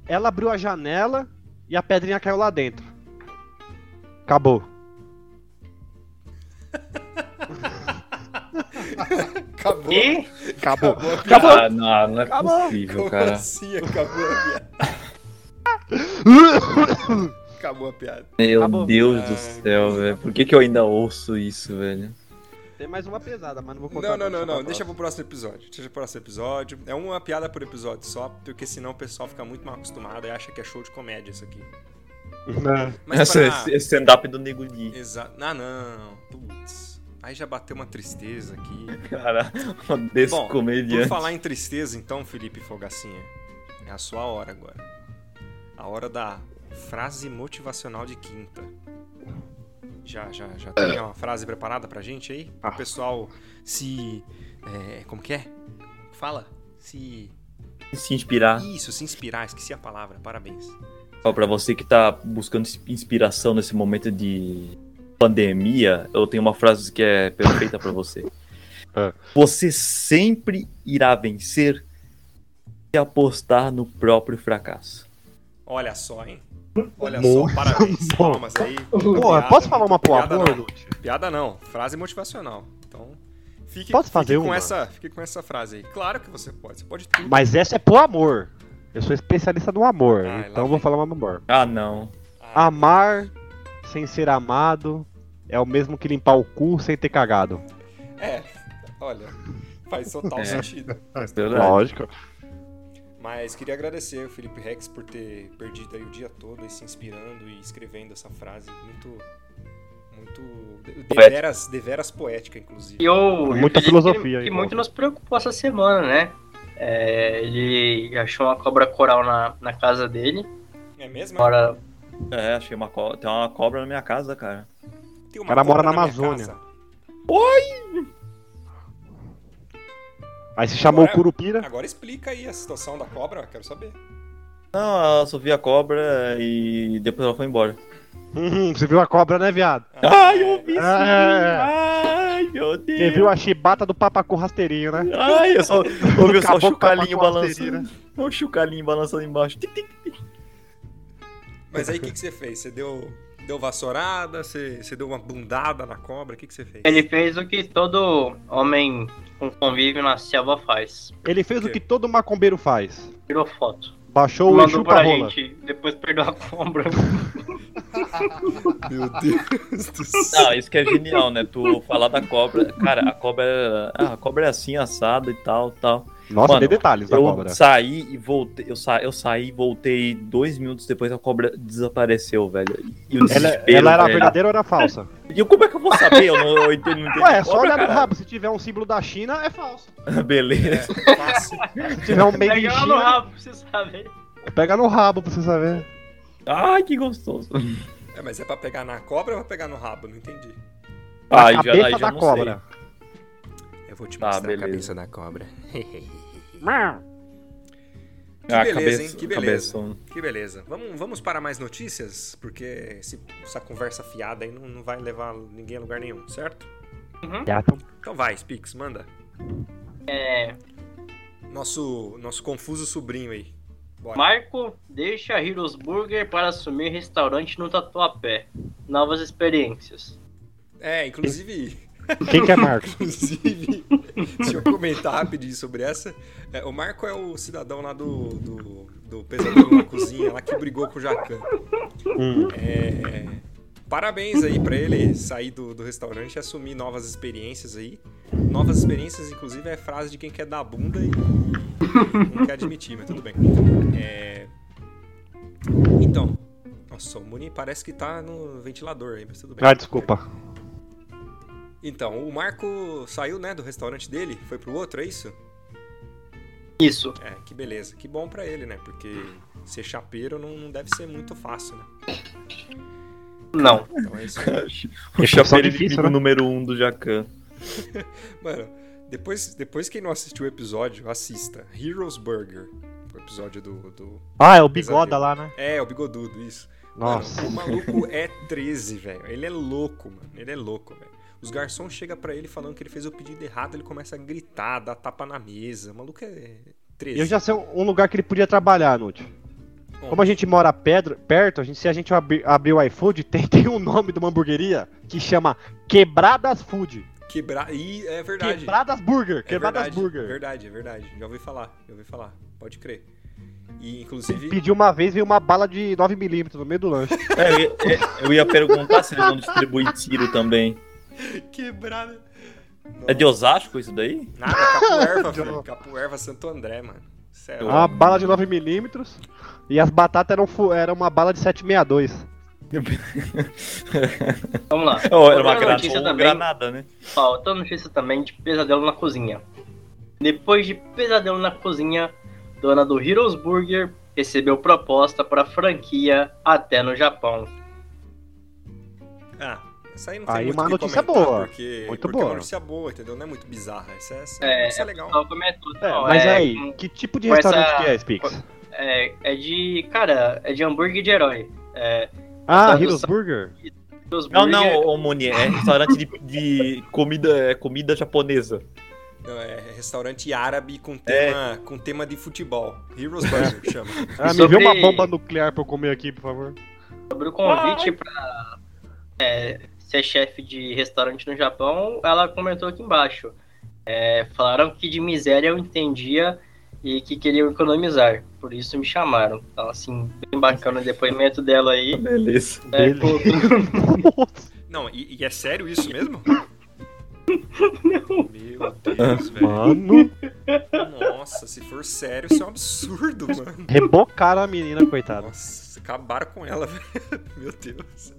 Speaker 7: ela abriu a janela e a pedrinha caiu lá dentro. Acabou.
Speaker 4: Acabou.
Speaker 5: E
Speaker 7: Acabou.
Speaker 4: Acabou a piada.
Speaker 6: Ah, não, não é
Speaker 7: Acabou.
Speaker 6: possível,
Speaker 4: Como
Speaker 6: cara.
Speaker 4: assim acabou a piada? Acabou a piada.
Speaker 6: Meu
Speaker 7: Acabou. É.
Speaker 6: Deus do céu, velho. Por que, que eu ainda ouço isso, velho?
Speaker 7: Tem mais uma pesada, mas não vou
Speaker 4: Não, não, não, não. Deixa
Speaker 7: eu
Speaker 4: pro próximo episódio. Deixa pro próximo episódio. É uma piada por episódio só, porque senão o pessoal fica muito mal acostumado e acha que é show de comédia isso aqui. Mas
Speaker 7: É.
Speaker 6: Essa- é-
Speaker 4: para...
Speaker 6: Esse stand-up do Nego Di,
Speaker 4: Exato. Ah, não. Putz. Aí já bateu uma tristeza aqui.
Speaker 6: cara.
Speaker 4: Bom,
Speaker 6: Um descomediante.
Speaker 4: Por falar em tristeza, então, Felipe Fogacinha, é a sua hora agora. A hora da frase motivacional de quinta. Já, já,
Speaker 7: É.
Speaker 4: já tem uma frase preparada pra gente aí?
Speaker 7: Ah.
Speaker 4: O pessoal se. é, como que é? Fala? Se.
Speaker 6: Se inspirar.
Speaker 4: Isso, se inspirar, esqueci a palavra, parabéns.
Speaker 6: Ó, Pra você que tá buscando inspiração nesse momento de pandemia, eu tenho uma frase que é perfeita pra você.
Speaker 7: Ah.
Speaker 6: Você sempre irá vencer se apostar no próprio fracasso.
Speaker 4: Olha só, hein? Olha
Speaker 7: Bom.
Speaker 4: só, parabéns.
Speaker 7: Bom.
Speaker 4: Palmas aí.
Speaker 7: Porra,
Speaker 4: Obrigado,
Speaker 7: posso falar
Speaker 4: muito
Speaker 7: uma porra
Speaker 4: obrigado,
Speaker 7: boa,
Speaker 4: não.
Speaker 7: Lute?
Speaker 4: Piada não, frase motivacional. Então, fique,
Speaker 7: Posso fazer
Speaker 4: fique com
Speaker 7: uma?
Speaker 4: essa, fique com essa frase aí. Claro que você pode, você pode tudo.
Speaker 7: Mas essa é pro amor. Eu sou especialista no amor,
Speaker 4: Ah, lá
Speaker 7: então vou
Speaker 4: vem.
Speaker 7: falar uma amor.
Speaker 6: Ah, não.
Speaker 4: Ah,
Speaker 7: Amar sem ser amado é o mesmo que limpar o cu sem ter cagado.
Speaker 4: é, olha, faz total
Speaker 6: É.
Speaker 4: sentido.
Speaker 6: Verdade.
Speaker 4: Mas queria agradecer o Felipe Rex por ter perdido aí o dia todo aí se inspirando e escrevendo essa frase muito muito de- deveras, deveras poética inclusive.
Speaker 5: eu.
Speaker 7: Muita
Speaker 5: eu vi
Speaker 7: filosofia
Speaker 5: que,
Speaker 7: aí,
Speaker 5: que
Speaker 7: pô.
Speaker 5: muito nos preocupou essa semana, né? É, ele achou uma cobra coral na, na casa dele.
Speaker 4: É mesmo?
Speaker 5: Agora,
Speaker 6: É, achei uma cobra. Tem uma cobra na minha casa, cara.
Speaker 4: Tem uma
Speaker 7: O cara
Speaker 4: cobra
Speaker 7: mora na
Speaker 4: minha
Speaker 7: Amazônia.
Speaker 4: casa.
Speaker 7: Aí se chamou
Speaker 4: Agora-
Speaker 7: o Curupira.
Speaker 4: Agora explica aí a situação da cobra, eu quero saber.
Speaker 6: Não, eu só vi a cobra e depois ela foi embora.
Speaker 7: Uhum, você viu a cobra, né, viado?
Speaker 6: Ai, eu
Speaker 4: É,
Speaker 6: ouvi isso!
Speaker 7: Ah.
Speaker 6: Ai, meu Deus!
Speaker 7: Você viu a chibata do papacu rasteirinho, né?
Speaker 6: Ai, eu só ouvi só o
Speaker 7: Acabou com a
Speaker 6: chocalhinho
Speaker 7: balanceira.
Speaker 6: balançando. O chocalhinho balançando embaixo. Tic, tic.
Speaker 4: Mas aí o que, que você fez? Você deu, deu vassourada? Você, você deu uma bundada na cobra? O que, que você fez?
Speaker 5: ele fez o que todo homem com convívio na selva faz:
Speaker 7: Ele fez
Speaker 4: O
Speaker 7: o
Speaker 4: quê?
Speaker 7: que todo macumbeiro faz.
Speaker 5: tirou foto.
Speaker 7: Baixou o
Speaker 5: mandou pra
Speaker 7: chupa-rola.
Speaker 5: gente, depois perdeu a cobra.
Speaker 4: Meu Deus do céu.
Speaker 6: Não, isso que é genial, né? Tu falar da cobra. Cara, a cobra é, ah, a cobra é assim, assada e tal, tal.
Speaker 7: Nossa,
Speaker 6: Mano,
Speaker 7: tem detalhes da
Speaker 6: eu
Speaker 7: cobra.
Speaker 6: saí e voltei. Eu, sa, eu saí e voltei dois minutos depois a cobra desapareceu, velho. E o
Speaker 7: Ela,
Speaker 6: desespero,
Speaker 7: ela era
Speaker 6: velho.
Speaker 7: verdadeira ou era falsa?
Speaker 6: E como é que eu vou saber? Eu não, eu entendo, não entendo
Speaker 7: Ué, é
Speaker 6: de
Speaker 7: só
Speaker 6: cobra,
Speaker 7: olhar no
Speaker 6: cara.
Speaker 7: rabo. Se tiver um símbolo da China, é falso.
Speaker 6: Beleza.
Speaker 4: Fácil.
Speaker 7: Se tiver um meio
Speaker 5: Pega
Speaker 7: de
Speaker 5: ela no
Speaker 7: China,
Speaker 5: rabo, pra você saber.
Speaker 7: Pega no rabo pra você saber.
Speaker 6: Ai, que gostoso.
Speaker 4: É, mas é pra pegar na cobra ou pra pegar no rabo? Não entendi.
Speaker 7: A
Speaker 6: Ai,
Speaker 7: cabeça
Speaker 6: Ah, aí
Speaker 7: da
Speaker 6: não
Speaker 7: cobra.
Speaker 6: sei.
Speaker 4: Eu vou te
Speaker 6: Tá,
Speaker 4: mostrar a
Speaker 6: beleza.
Speaker 4: cabeça da cobra. Ah,
Speaker 3: Mão.
Speaker 4: Que
Speaker 6: Ah,
Speaker 4: beleza,
Speaker 6: cabeça,
Speaker 4: hein? Que beleza.
Speaker 6: cabeção.
Speaker 4: que beleza. Vamos, vamos para mais notícias? Porque esse- essa conversa fiada aí não, não vai levar ninguém a lugar nenhum, certo?
Speaker 7: Gato.
Speaker 4: Então vai, Spix, manda. Nosso, nosso confuso sobrinho aí. Bora.
Speaker 5: Marco deixa Heroes Burger para assumir restaurante no Tatuapé. Novas experiências.
Speaker 4: É, inclusive...
Speaker 7: Quem que é Marco?
Speaker 4: Inclusive, deixa eu comentar rapidinho sobre essa. É, o Marco é o cidadão lá do, do, do Pesadelo na Cozinha, lá que brigou com o Jacan.
Speaker 7: Hum.
Speaker 4: É, parabéns aí pra ele sair do, do restaurante e assumir novas experiências aí. Novas experiências, inclusive, é frase de quem quer dar bunda e e não quer admitir, mas tudo bem. É, Então, nossa, o Muni parece que tá no ventilador aí, mas tudo bem.
Speaker 7: Ah, desculpa.
Speaker 4: Então, o Marco saiu, né, do restaurante dele, foi pro outro, é isso?
Speaker 5: Isso.
Speaker 4: É, que beleza. Que bom pra ele, né? Porque ser chapeiro não, não deve ser muito fácil, né?
Speaker 5: Não.
Speaker 4: Então é isso.
Speaker 6: O chapeiro
Speaker 7: difícil,
Speaker 6: inimigo
Speaker 7: né?
Speaker 6: número um do Jacan.
Speaker 4: Mano, depois, depois quem não assistiu o episódio, assista. Heroes Burger. O episódio do. do...
Speaker 7: Ah, é o bigoda lá, né?
Speaker 4: É, o bigodudo, isso.
Speaker 7: Nossa.
Speaker 4: Mano, o maluco é 13, velho. Ele é louco, mano. Ele é louco, velho. Os garçons chegam pra ele falando que ele fez o pedido errado, ele começa a gritar, dar tapa na mesa. O maluco é 13.
Speaker 7: Eu já sei um lugar que ele podia trabalhar, Nute.
Speaker 4: Bom,
Speaker 7: Como a gente mora pedra- perto, a gente- se a gente abri- abrir o iFood, tem, tem um nome de uma hamburgueria que chama Quebradas Food.
Speaker 4: Quebrar. Ih, é verdade.
Speaker 7: Quebradas Burger.
Speaker 4: É
Speaker 7: Quebradas
Speaker 4: verdade,
Speaker 7: Burger.
Speaker 4: Verdade, é verdade. Já ouvi falar, já ouvi falar. Pode crer. E
Speaker 7: Ele
Speaker 4: inclusive.
Speaker 7: pediu uma vez veio uma bala de 9mm no meio do lanche.
Speaker 6: É, eu ia- é, eu ia perguntar se eles não distribuem tiro também.
Speaker 4: Quebrada.
Speaker 6: É de Osasco isso daí?
Speaker 4: Nada, capoerva, velho. Capoerva Santo André, mano. é Céu.
Speaker 7: Uma bala de 9mm e as batatas eram, fu- era uma bala de 762.
Speaker 5: Vamos lá.
Speaker 6: Ou era uma
Speaker 5: Outra
Speaker 6: granada,
Speaker 5: notícia
Speaker 6: ou
Speaker 5: também.
Speaker 6: granada, né?
Speaker 5: Ó, outra notícia também de Pesadelo na Cozinha. Depois de Pesadelo na Cozinha, dona do Heroes Burger recebeu proposta para franquia até no Japão.
Speaker 4: Ah, essa aí não tem
Speaker 7: Aí
Speaker 4: muito
Speaker 7: uma
Speaker 4: o que
Speaker 7: notícia
Speaker 4: comentar,
Speaker 7: boa.
Speaker 4: Porque,
Speaker 7: Muito
Speaker 4: porque é
Speaker 7: boa.
Speaker 4: uma notícia boa, entendeu? Não é muito bizarra. Essa, essa,
Speaker 5: É,
Speaker 4: essa é
Speaker 5: O
Speaker 4: legal.
Speaker 5: pessoal comentou,
Speaker 7: É,
Speaker 5: não,
Speaker 7: mas
Speaker 5: é,
Speaker 7: aí, que tipo de
Speaker 5: com essa-
Speaker 7: restaurante que é, Spix?
Speaker 5: É, é de. Cara, é de hambúrguer de herói. É,
Speaker 7: Ah,
Speaker 5: Tá,
Speaker 7: Heroes
Speaker 5: do-
Speaker 7: Burger?
Speaker 5: Heroes
Speaker 6: Não,
Speaker 5: Burger-
Speaker 6: não, ô Moni, é restaurante de, de comida, é comida japonesa.
Speaker 4: Não, É restaurante árabe
Speaker 7: É.
Speaker 4: com tema, com tema de futebol. Heroes Burger chama.
Speaker 7: Ah, me
Speaker 5: sobre- É,
Speaker 7: vê uma bomba nuclear pra eu comer aqui, por favor.
Speaker 5: Sobre o convite pra é, ser chefe de restaurante no Japão, ela comentou aqui embaixo. É, falaram que de miséria eu entendia e que queriam economizar, por isso me chamaram. Então, assim, bem bacana o depoimento dela aí.
Speaker 6: Beleza.
Speaker 5: É,
Speaker 7: Beleza.
Speaker 5: com-
Speaker 7: Nossa,
Speaker 4: Não, e, e é sério isso mesmo? Meu Deus, velho.
Speaker 7: mano.
Speaker 4: Nossa, se for sério, isso é um absurdo, mano.
Speaker 7: Rebocaram a menina, coitada.
Speaker 4: Nossa, acabaram com ela, velho. Meu Deus.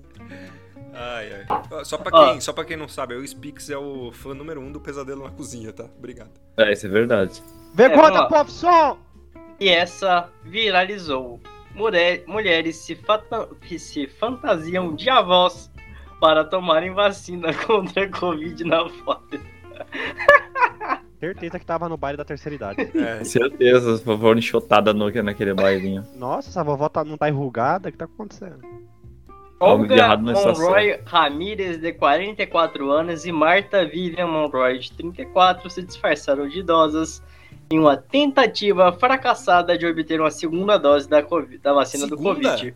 Speaker 4: Ai, ai. Ó, Só pra,
Speaker 5: Ó.
Speaker 4: quem, só pra quem não sabe, o Spix é o fã número um do Pesadelo na Cozinha, tá? Obrigado.
Speaker 6: É, isso é verdade.
Speaker 7: Vergonha da
Speaker 5: vamos
Speaker 7: profissão!
Speaker 5: e essa viralizou. Mulher- mulheres se, fata- se fantasiam de avós para tomarem vacina contra a Covid na foto.
Speaker 7: Certeza que tava no baile da terceira idade.
Speaker 4: É,
Speaker 6: Certeza, por favor, enxotada no, naquele bailinho.
Speaker 7: Nossa, essa vovó tá- não tá enrugada? O que tá acontecendo?
Speaker 6: Algo de
Speaker 5: Olga
Speaker 6: errado nessa
Speaker 5: Monroy Ramírez, de 44 anos, e Marta Vivian Monroy, de 34, se disfarçaram de idosas em uma tentativa fracassada de obter uma segunda dose da, COVID, da vacina do
Speaker 4: Segunda?
Speaker 5: Covid.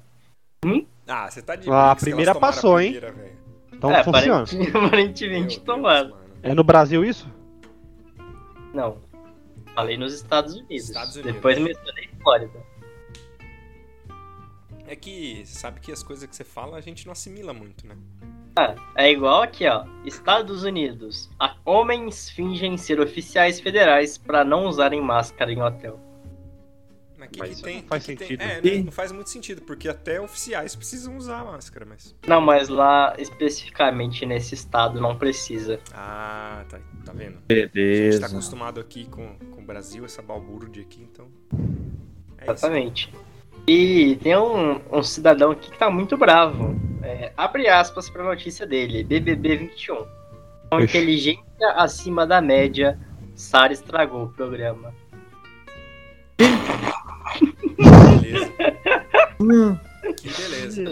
Speaker 4: ah, você tá de brinks
Speaker 7: Ah, a
Speaker 4: que
Speaker 7: primeira
Speaker 4: elas tomaram
Speaker 7: passou, hein?
Speaker 4: primeira, velho. Meu
Speaker 7: Então
Speaker 5: é,
Speaker 7: não funciona.
Speaker 5: aparentemente, aparentemente
Speaker 4: Deus,
Speaker 5: tomaram.
Speaker 4: mano.
Speaker 7: É no Brasil isso?
Speaker 5: Não. Falei nos Estados Unidos.
Speaker 4: Estados Unidos.
Speaker 5: Depois mencionei Flórida.
Speaker 4: É que sabe que as coisas que você fala a gente não assimila muito, né?
Speaker 5: É igual aqui, ó. Estados Unidos. A- homens fingem ser oficiais federais para não usarem máscara em hotel.
Speaker 4: Mas que,
Speaker 7: Mas
Speaker 4: que
Speaker 7: isso
Speaker 4: tem,
Speaker 7: não faz
Speaker 4: que que tem-
Speaker 7: sentido.
Speaker 4: É,
Speaker 6: Sim.
Speaker 4: não, não faz muito sentido, porque até oficiais precisam usar a máscara, mas.
Speaker 5: Não, mas lá especificamente nesse estado não precisa.
Speaker 4: Ah, tá, tá vendo? A gente tá
Speaker 6: Beleza.
Speaker 4: acostumado aqui com, com o Brasil, essa balbúrdia aqui, então. É isso.
Speaker 5: Exatamente. E tem um, um cidadão aqui que tá muito bravo. É, abre aspas pra notícia dele, BBB 21. Com
Speaker 7: Ixi.
Speaker 5: inteligência acima da média, Sara estragou o programa.
Speaker 4: Beleza. que beleza.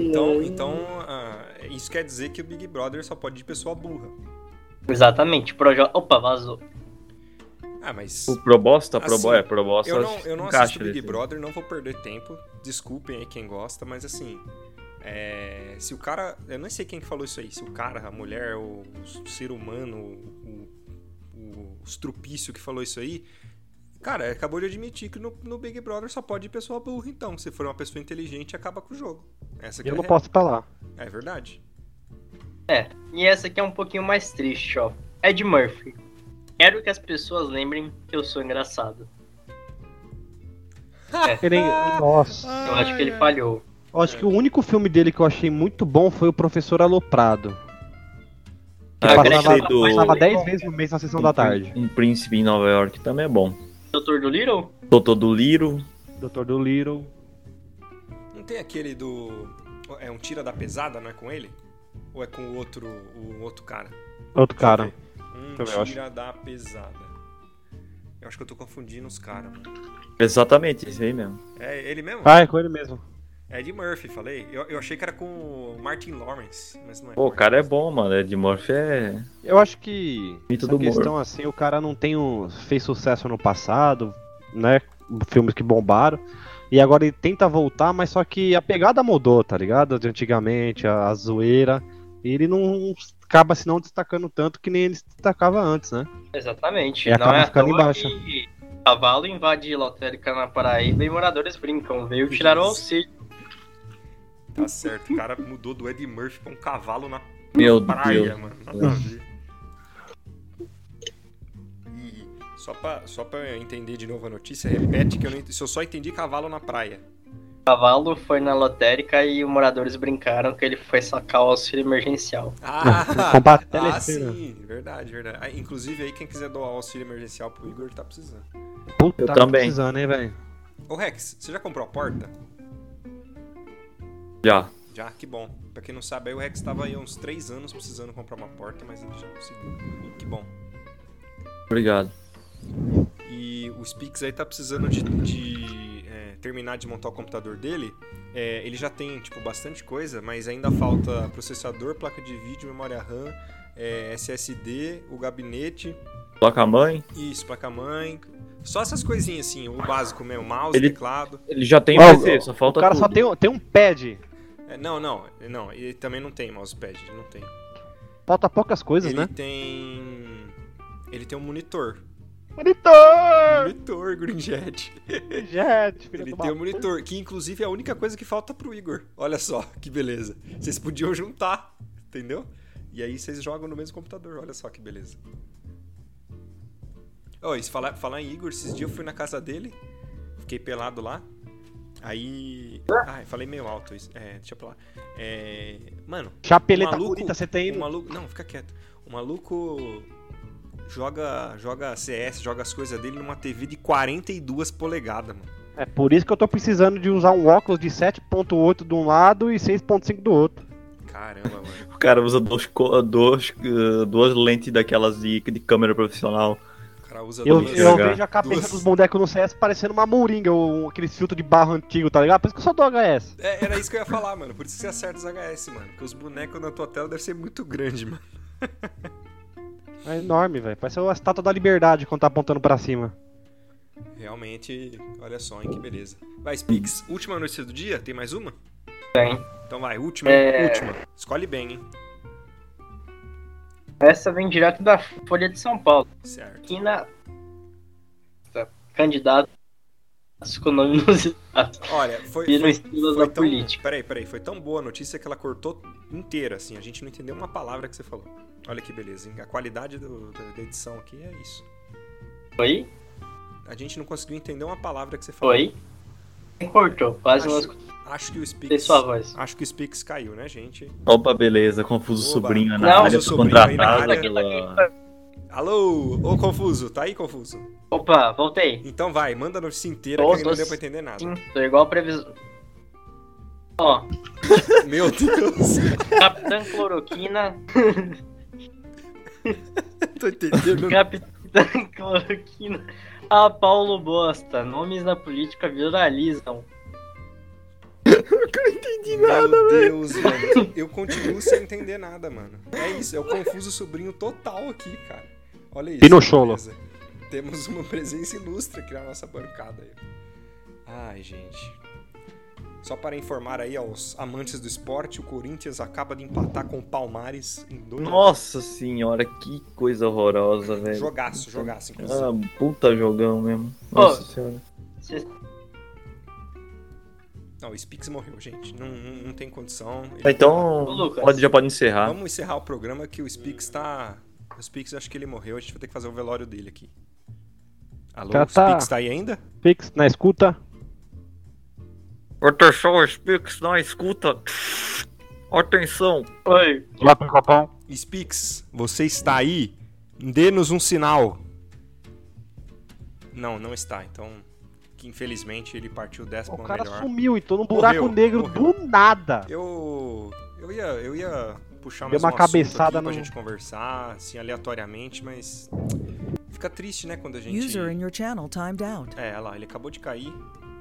Speaker 4: Então, então ah, isso quer dizer que o Big Brother só pode ir pessoa burra.
Speaker 5: Exatamente, Projota. Opa, vazou.
Speaker 4: Ah, mas
Speaker 6: O Probosta?
Speaker 4: Assim,
Speaker 6: Probo é, Probosta.
Speaker 4: eu não, eu não
Speaker 6: encaixa
Speaker 4: assisto Big
Speaker 6: nesse.
Speaker 4: Brother, não vou perder tempo. Desculpem aí quem gosta, mas assim. é, se o cara. Eu não sei quem que falou isso aí. Se o cara, a mulher, o, o ser humano, o, o, o estrupício que falou isso aí. Cara, acabou de admitir que no, no Big Brother só pode ir pessoa burra, então. Se for uma pessoa inteligente, acaba com o jogo. Essa que
Speaker 7: Eu
Speaker 4: é,
Speaker 7: não
Speaker 4: a
Speaker 7: posso ir pra lá.
Speaker 4: real. é verdade.
Speaker 5: E essa aqui é um pouquinho mais triste, ó. Ed Murphy. Quero que as pessoas lembrem que eu sou engraçado. É,
Speaker 7: Ele... Nossa.
Speaker 5: Eu acho que ele falhou.
Speaker 7: Eu acho que o único filme dele que eu achei muito bom foi o Professor Aloprado.
Speaker 6: Ah,
Speaker 7: Passava-
Speaker 6: gostei do
Speaker 7: Passava 10 vezes no mês na sessão da tarde.
Speaker 6: Um Príncipe em Nova York também é bom.
Speaker 5: Doutor do Little?
Speaker 6: Totô do Liro.
Speaker 7: Doutor do Little.
Speaker 4: Não tem aquele do. É um tira da pesada, não é com ele? Ou é com o outro, o outro cara?
Speaker 7: Outro cara.
Speaker 4: Um
Speaker 7: Também, eu acho.
Speaker 4: tira da pesada. Eu acho que eu tô confundindo os caras.
Speaker 6: Exatamente, isso aí mesmo.
Speaker 4: É ele mesmo?
Speaker 7: Ah, é com ele mesmo.
Speaker 4: É Ed Murphy, falei. Eu, eu achei que era com o Martin Lawrence, mas não é.
Speaker 6: Pô, o cara é bom, mano. Ed Murphy é
Speaker 7: Eu acho que
Speaker 6: mito
Speaker 7: a
Speaker 6: do humor.
Speaker 7: questão assim, o cara não tem um, fez sucesso no passado, né? Filmes que bombaram. E agora ele tenta voltar, mas só que a pegada mudou, tá ligado? De antigamente, a, a zoeira. E ele não acaba se não destacando tanto que nem ele se destacava antes, né?
Speaker 5: Exatamente.
Speaker 7: E
Speaker 5: Não
Speaker 7: acaba
Speaker 5: é à
Speaker 7: ficando
Speaker 5: toa
Speaker 7: embaixo.
Speaker 5: que Cavalo invade lotérica na Paraíba e moradores brincam. Veio tirar o auxílio.
Speaker 4: Tá certo. O cara mudou do Ed Murphy pra um cavalo na
Speaker 6: Meu
Speaker 4: praia,
Speaker 6: Deus.
Speaker 4: mano. Nada a ver. E só pra, só pra eu entender de novo a notícia, repete que eu, não, ent- se eu só entendi cavalo na praia.
Speaker 5: Cavalo foi na lotérica e os moradores brincaram que ele foi sacar o auxílio emergencial.
Speaker 4: Ah!
Speaker 7: Compa-
Speaker 4: Ah,
Speaker 7: telecena.
Speaker 4: sim, verdade, verdade. Ah, inclusive aí, quem quiser doar o auxílio emergencial pro Igor, tá precisando.
Speaker 7: Puta,
Speaker 6: Eu
Speaker 7: tá
Speaker 6: também.
Speaker 7: precisando, hein, velho?
Speaker 4: Ô Rex, você já comprou a porta?
Speaker 6: Já.
Speaker 4: Já, que bom. Pra quem não sabe, aí o Rex tava aí há uns 3 anos precisando comprar uma porta, mas ele já conseguiu. Que bom.
Speaker 6: Obrigado.
Speaker 4: E o Spix aí tá precisando de, de, é, terminar de montar o computador dele. É, ele já tem, tipo, bastante coisa, mas ainda falta processador, placa de vídeo, memória RAM, é, SSD, o gabinete,
Speaker 6: Toca a mãe.
Speaker 4: isso, placa-mãe. Só essas coisinhas assim, o básico mesmo, mouse,
Speaker 6: Ele-
Speaker 4: teclado.
Speaker 6: Ele já tem o
Speaker 7: Ó,
Speaker 6: PC, só falta
Speaker 7: o cara
Speaker 6: tudo.
Speaker 7: só tem, um- tem um pad.
Speaker 4: É, não, não, não, ele também não tem mousepad, ele não tem.
Speaker 7: Falta poucas coisas,
Speaker 4: Ele
Speaker 7: né?
Speaker 4: tem. Ele tem um monitor.
Speaker 7: Monitor!
Speaker 4: Monitor, Grinjet.
Speaker 7: Gente, filho
Speaker 4: Ele
Speaker 7: do
Speaker 4: tem um monitor, que inclusive é a única coisa que falta pro Igor. Olha só, que beleza. Vocês podiam juntar, entendeu? E aí vocês jogam no mesmo computador, olha só que beleza. Ó, e se falar, falar em Igor, esses dias eu fui na casa dele, fiquei pelado lá. Aí. Ai, falei meio alto isso. É, deixa pra lá. É. Mano,
Speaker 7: Chapeleta
Speaker 4: Maluco,
Speaker 7: bonita, você tem
Speaker 4: o
Speaker 7: ido?
Speaker 4: maluco. Não, fica quieto. O maluco joga, joga CS, joga as coisas dele numa TV de 42 polegadas, mano.
Speaker 7: É por isso que eu tô precisando de usar um óculos de 7.8 de um lado e 6.5 do outro.
Speaker 4: Caramba, mano.
Speaker 6: O cara usa dois, co- dois, eh, duas lentes daquelas de, de câmera profissional.
Speaker 4: O cara usa
Speaker 7: Eu,
Speaker 4: duas-
Speaker 7: eu
Speaker 6: Duas.
Speaker 7: vejo a cabeça
Speaker 4: Duas.
Speaker 7: dos bonecos no CS parecendo uma moringa, ou aquele filtro de barro antigo, tá ligado? Por isso que eu só dou HS.
Speaker 4: É, era isso que eu ia falar, mano. Por isso que você acerta os HS, mano. Porque os bonecos na tua tela devem ser muito grandes, mano.
Speaker 7: É enorme, velho. Parece uma estátua da liberdade quando tá apontando pra cima.
Speaker 4: Realmente, olha só, hein, que beleza. Vai, Spix. Última notícia do dia? Tem mais uma?
Speaker 5: Tem.
Speaker 4: Então vai, última,
Speaker 5: É.
Speaker 4: última. Escolhe bem, hein?
Speaker 5: Essa vem direto da Folha de São Paulo.
Speaker 4: Certo.
Speaker 5: Aqui na. Candidatos com nome nos estados
Speaker 4: Olha, foi.
Speaker 5: e no
Speaker 4: foi-
Speaker 5: estilo
Speaker 4: Foi
Speaker 5: da
Speaker 4: tão,
Speaker 5: política.
Speaker 4: peraí, peraí, foi tão boa a notícia que ela cortou inteira, assim, a gente não entendeu uma palavra que você falou. Olha que beleza, hein? A qualidade do- da, da edição aqui é isso.
Speaker 5: Oi?
Speaker 4: A gente não conseguiu entender uma palavra que você falou.
Speaker 5: Oi? Cortou, quase não
Speaker 4: Acho-
Speaker 5: escutei
Speaker 4: Acho que o Spix.
Speaker 5: sua voz.
Speaker 4: Acho que o Spix caiu, né, gente?
Speaker 6: Opa, beleza. Confuso
Speaker 4: Oba.
Speaker 6: sobrinho na
Speaker 5: Não,
Speaker 6: área,
Speaker 4: confuso
Speaker 6: foi
Speaker 4: sobrinho aí na
Speaker 6: contratado
Speaker 4: área.
Speaker 6: pela...
Speaker 4: Alô? Ô, Confuso, tá aí, Confuso?
Speaker 5: Opa, voltei.
Speaker 4: Então vai, manda a notícia inteira
Speaker 5: Tô,
Speaker 4: que não
Speaker 5: tô
Speaker 4: deu pra
Speaker 5: sim.
Speaker 4: entender nada.
Speaker 5: Sim, tô igual previsão. Ó,
Speaker 4: Meu Deus,
Speaker 5: Capitã Cloroquina.
Speaker 4: não tô entendendo.
Speaker 5: Capitã Cloroquina. Ah, Paulo Bosta. Nomes na política viralizam.
Speaker 4: Meu Deus, velho. Eu continuo sem entender nada, mano. É isso, é o confuso sobrinho total aqui, cara. Olha isso.
Speaker 7: Pinocholo.
Speaker 4: beleza. Temos uma presença ilustre aqui na nossa bancada. aí. Ai, gente. Só para informar aí aos amantes do esporte, o Corinthians acaba de empatar com o Palmares em dois
Speaker 6: Nossa senhora, que coisa horrorosa, velho.
Speaker 4: Jogaço, jogaço, inclusive.
Speaker 6: Ah, puta jogão mesmo. Nossa
Speaker 5: Ô.
Speaker 6: senhora.
Speaker 5: Cês-
Speaker 4: Não, o Spix morreu, gente. Não, não, não tem condição. Ele- tá.
Speaker 6: Tá, então, tá.
Speaker 5: Ô, Lucas.
Speaker 6: pode, já pode encerrar.
Speaker 4: Vamos encerrar o programa que o Spix tá. O Spix, acho que ele morreu, a gente vai ter que fazer o velório dele aqui. Alô,
Speaker 7: Tá,
Speaker 4: o
Speaker 7: tá.
Speaker 4: Spix tá aí ainda?
Speaker 7: Pix, na escuta.
Speaker 6: Atenção, Spix, não escuta. Atenção.
Speaker 5: Oi.
Speaker 7: Lá pro copão.
Speaker 4: Spix, você está aí? Dê-nos um sinal. Não, não está. Então, que infelizmente ele partiu décimo
Speaker 7: O cara
Speaker 4: melhor.
Speaker 7: sumiu e tô num buraco
Speaker 4: Morreu,
Speaker 7: negro
Speaker 4: morreu.
Speaker 7: do nada.
Speaker 4: Eu. Eu ia, eu ia puxar
Speaker 7: Deu
Speaker 4: mais
Speaker 7: uma
Speaker 4: um assunto
Speaker 7: cabeçada
Speaker 4: aqui pra
Speaker 7: no-
Speaker 4: gente conversar, assim, aleatoriamente, mas. Fica triste, né, quando a gente.
Speaker 9: User in your channel timed out.
Speaker 4: É, olha lá, ele acabou de cair.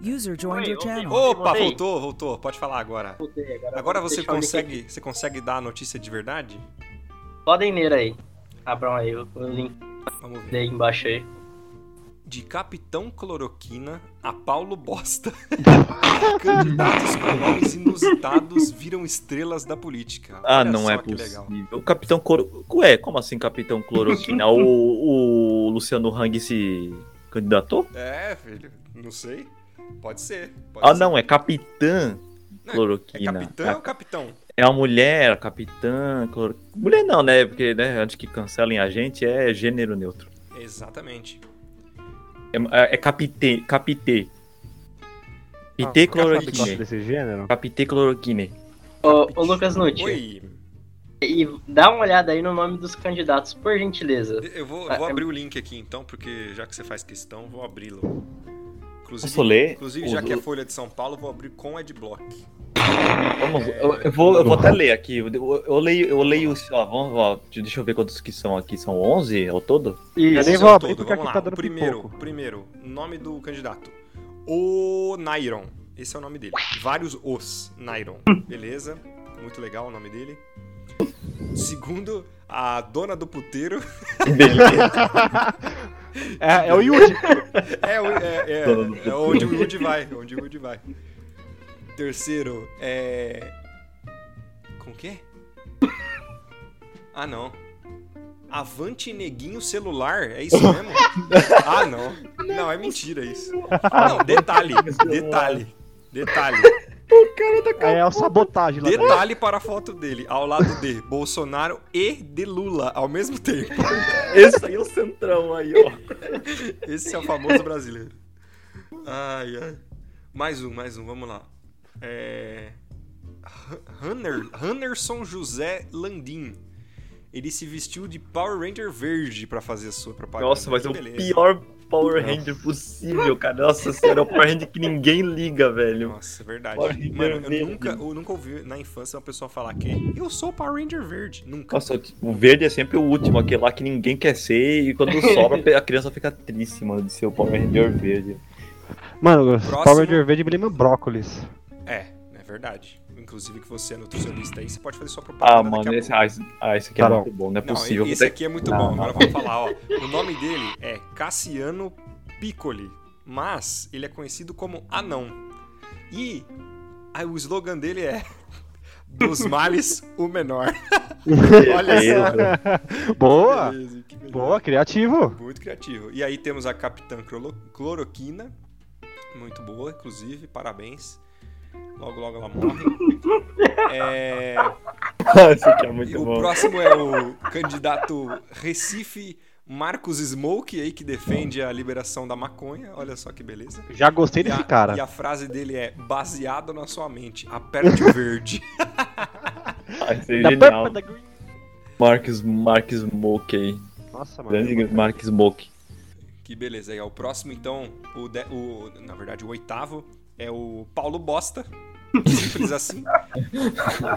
Speaker 9: User joined
Speaker 5: Oi,
Speaker 9: your
Speaker 5: oi.
Speaker 9: channel.
Speaker 4: Opa,
Speaker 5: voltei.
Speaker 4: voltou, voltou. Pode falar agora.
Speaker 5: Voltei,
Speaker 4: Agora
Speaker 5: vou
Speaker 4: você
Speaker 5: deixar o link
Speaker 4: consegue, você consegue dar a notícia de verdade?
Speaker 5: Podem ler aí. Abram aí o o link
Speaker 4: Vamos ver.
Speaker 5: aí embaixo aí.
Speaker 4: De Capitão Cloroquina a Paulo Bosta. Candidatos com nomes inusitados viram estrelas da política.
Speaker 6: Ah,
Speaker 4: Olha
Speaker 6: não
Speaker 4: só
Speaker 6: é
Speaker 4: que
Speaker 6: possível.
Speaker 4: legal.
Speaker 6: O Capitão Coro... Ué, como assim Capitão Cloroquina? o, o Luciano Hang se candidatou?
Speaker 4: É, filho, não sei. Pode ser. pode
Speaker 6: Ah,
Speaker 4: ser.
Speaker 6: não, é Capitã
Speaker 4: Não, É
Speaker 6: Cloroquina.
Speaker 4: capitão ou capitão?
Speaker 6: É uma mulher, capitã, cloro... mulher não, né? Porque né, antes que cancelem a gente é gênero neutro.
Speaker 4: Exatamente.
Speaker 6: É, é capitê, capitê.
Speaker 4: Ah,
Speaker 6: Capitê
Speaker 7: Ah, Sabe que gosta
Speaker 6: cloroquine.
Speaker 7: desse gênero?
Speaker 6: Capitê cloroquine.
Speaker 5: Ô, ô Lucas Nutti,
Speaker 4: Oi,
Speaker 5: e dá uma olhada aí no nome dos candidatos, por gentileza.
Speaker 4: eu vou,
Speaker 5: Ah,
Speaker 4: vou
Speaker 5: é-
Speaker 4: abrir o link aqui então, porque já que você faz questão, vou abri-lo. Inclusive,
Speaker 6: Posso ler?
Speaker 4: inclusive, já
Speaker 6: Os-
Speaker 4: que é Folha de São Paulo, vou abrir com Adblock.
Speaker 6: Vamos, eu, eu vou, eu vou até ler aqui. Eu, eu leio, eu leio ó, vamos, ó, deixa eu ver quantos que são aqui. São 11 ao todo?
Speaker 7: Eu
Speaker 5: Isso.
Speaker 7: nem
Speaker 4: Esse
Speaker 7: vou
Speaker 4: é o
Speaker 7: abrir
Speaker 4: todo,
Speaker 7: porque
Speaker 4: vamos
Speaker 7: aqui
Speaker 4: lá.
Speaker 7: tá dando
Speaker 4: O primeiro,
Speaker 7: pipoco.
Speaker 4: primeiro, nome do candidato. O Nairon. Esse é o nome dele. Vários os Nairon. Beleza? Muito legal o nome dele. Segundo, a dona do puteiro.
Speaker 7: É, é o Yudi.
Speaker 4: É, o- é, é-
Speaker 6: Dona do
Speaker 4: é onde o Woody vai. Onde o Woody vai. Terceiro, é. Com que? Ah, não. Avante Neguinho Celular, é isso mesmo? ah, não. Não, é mentira isso. Não, detalhe, detalhe, detalhe.
Speaker 7: É, é o sabotagem lá. dentro.
Speaker 4: Detalhe para a foto dele, ao lado de Bolsonaro e de Lula, ao mesmo tempo.
Speaker 6: Esse aí é o centrão aí, ó.
Speaker 4: Esse é o famoso brasileiro. Ai, ai. Mais um, mais um, vamos lá. É. Hunter, Hunterson José Landim. Ele se vestiu de Power Ranger verde pra fazer a sua propaganda.
Speaker 6: Nossa, mas
Speaker 4: Que
Speaker 6: é o
Speaker 4: beleza.
Speaker 6: pior Power Ranger possível, cara. Nossa senhora, é o Power Ranger que ninguém liga, velho.
Speaker 4: Nossa, é verdade.
Speaker 6: Power Ranger
Speaker 4: Mano, eu
Speaker 6: verde.
Speaker 4: nunca, eu nunca ouvi na infância uma pessoa falar que eu sou o Power Ranger verde. Nunca.
Speaker 6: Nossa, o verde é sempre o último, aquele lá que ninguém quer ser, e quando sobra, a criança fica triste, mano, de ser o Power Ranger verde.
Speaker 7: Mano,
Speaker 4: Próximo.
Speaker 7: Power Ranger Verde me lembra brócolis.
Speaker 4: É, é verdade. Inclusive que você é nutricionista aí, você pode fazer sua propaganda.
Speaker 6: Ah, mano,
Speaker 4: daqui a
Speaker 6: esse,
Speaker 4: pouco.
Speaker 6: ah, esse, ah, esse aqui é
Speaker 7: Tá
Speaker 6: muito bom, não é
Speaker 4: Não,
Speaker 6: possível.
Speaker 4: esse
Speaker 6: Vou ter-
Speaker 4: aqui é muito
Speaker 6: Não,
Speaker 4: bom.
Speaker 6: não,
Speaker 4: Agora
Speaker 6: não.
Speaker 4: vamos falar, ó. O nome dele é Cassiano Piccoli, mas ele é conhecido como Anão. E aí o slogan dele é Dos males, o menor. Olha
Speaker 6: Beleza.
Speaker 7: Boa!
Speaker 4: Beleza, que beleza.
Speaker 7: Boa, criativo.
Speaker 4: Muito criativo. E aí temos a Capitã Cloro- Cloroquina, muito boa, inclusive, parabéns. Logo, logo ela morre. É,
Speaker 6: Esse aqui é muito
Speaker 4: o
Speaker 6: bom.
Speaker 4: próximo é o candidato Recife Marcos Smoke, aí que defende a liberação da maconha. Olha só que beleza.
Speaker 7: Já gostei
Speaker 4: e,
Speaker 7: desse
Speaker 4: a,
Speaker 7: cara.
Speaker 4: e a frase dele é: baseado na sua mente, aperte o verde.
Speaker 6: Ah, esse é
Speaker 7: Da
Speaker 6: genial.
Speaker 7: Tá Purple, da Green.
Speaker 6: Marcus, Marcus Moke aí.
Speaker 7: Nossa, mano.
Speaker 6: Grande Mark Smoke.
Speaker 4: Que beleza. E ó, o próximo, então, o, de- o- na verdade, o oitavo é o Paulo Bosta. Simples assim.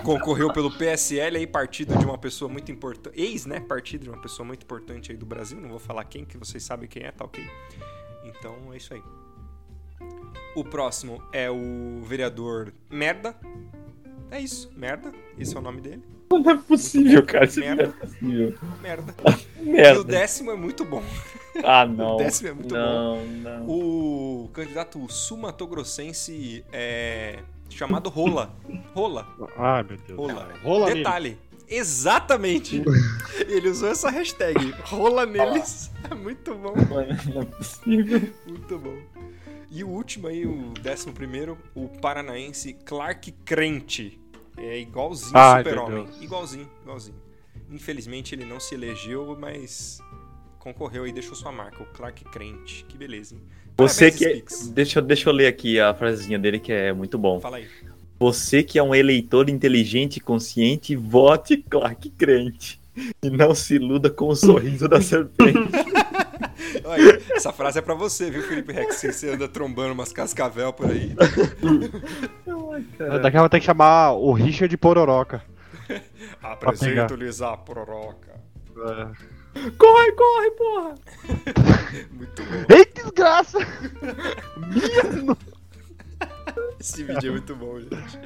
Speaker 4: Concorreu pelo PSL aí, partido de uma pessoa muito importante. Ex, né? Partido de uma pessoa muito importante aí do Brasil. Não vou falar quem, que vocês sabem quem é, tá ok. Então é isso aí. O próximo é o vereador Merda. É isso, Merda. Esse é o nome dele.
Speaker 6: Não é possível, cara. Isso não
Speaker 4: Merda.
Speaker 6: é possível.
Speaker 4: Merda. E o
Speaker 6: Merda.
Speaker 4: décimo é muito bom.
Speaker 6: Ah, não.
Speaker 4: O décimo é muito
Speaker 6: não, não.
Speaker 4: O candidato sumatogrossense é chamado Rola. Rola.
Speaker 3: Ai, meu Deus.
Speaker 4: Rola.
Speaker 3: Rola nele.
Speaker 4: Detalhe. Exatamente. Ele usou essa hashtag. Rola neles. É muito bom.
Speaker 6: Não é possível.
Speaker 4: Muito bom. E o último aí, o décimo primeiro, o paranaense Clark Crente. É igualzinho
Speaker 3: Ai, meu
Speaker 4: super-homem.
Speaker 3: Deus.
Speaker 4: Igualzinho, igualzinho. Infelizmente ele não se elegeu, mas concorreu e deixou sua marca, o Clark Crente. Que beleza, hein?
Speaker 6: Você
Speaker 4: Parabéns,
Speaker 3: é-
Speaker 6: que. é-
Speaker 4: Spix.
Speaker 6: Deixa, eu- deixa eu ler aqui a frasezinha dele que é muito bom.
Speaker 4: Fala aí.
Speaker 6: Você que é um eleitor inteligente e consciente, vote Clark Crente. E não se iluda com o sorriso da serpente.
Speaker 4: Olha, essa frase é pra você, viu, Felipe Rex? Se Você anda trombando umas cascavel por aí.
Speaker 7: Daqui a pouco tem que chamar o Richard de Pororoca. pegar.
Speaker 4: Apresento-lhes a proroca.
Speaker 6: corre, corre, porra!
Speaker 4: Muito bom.
Speaker 7: Ei, desgraça!
Speaker 4: Esse vídeo é muito bom, gente.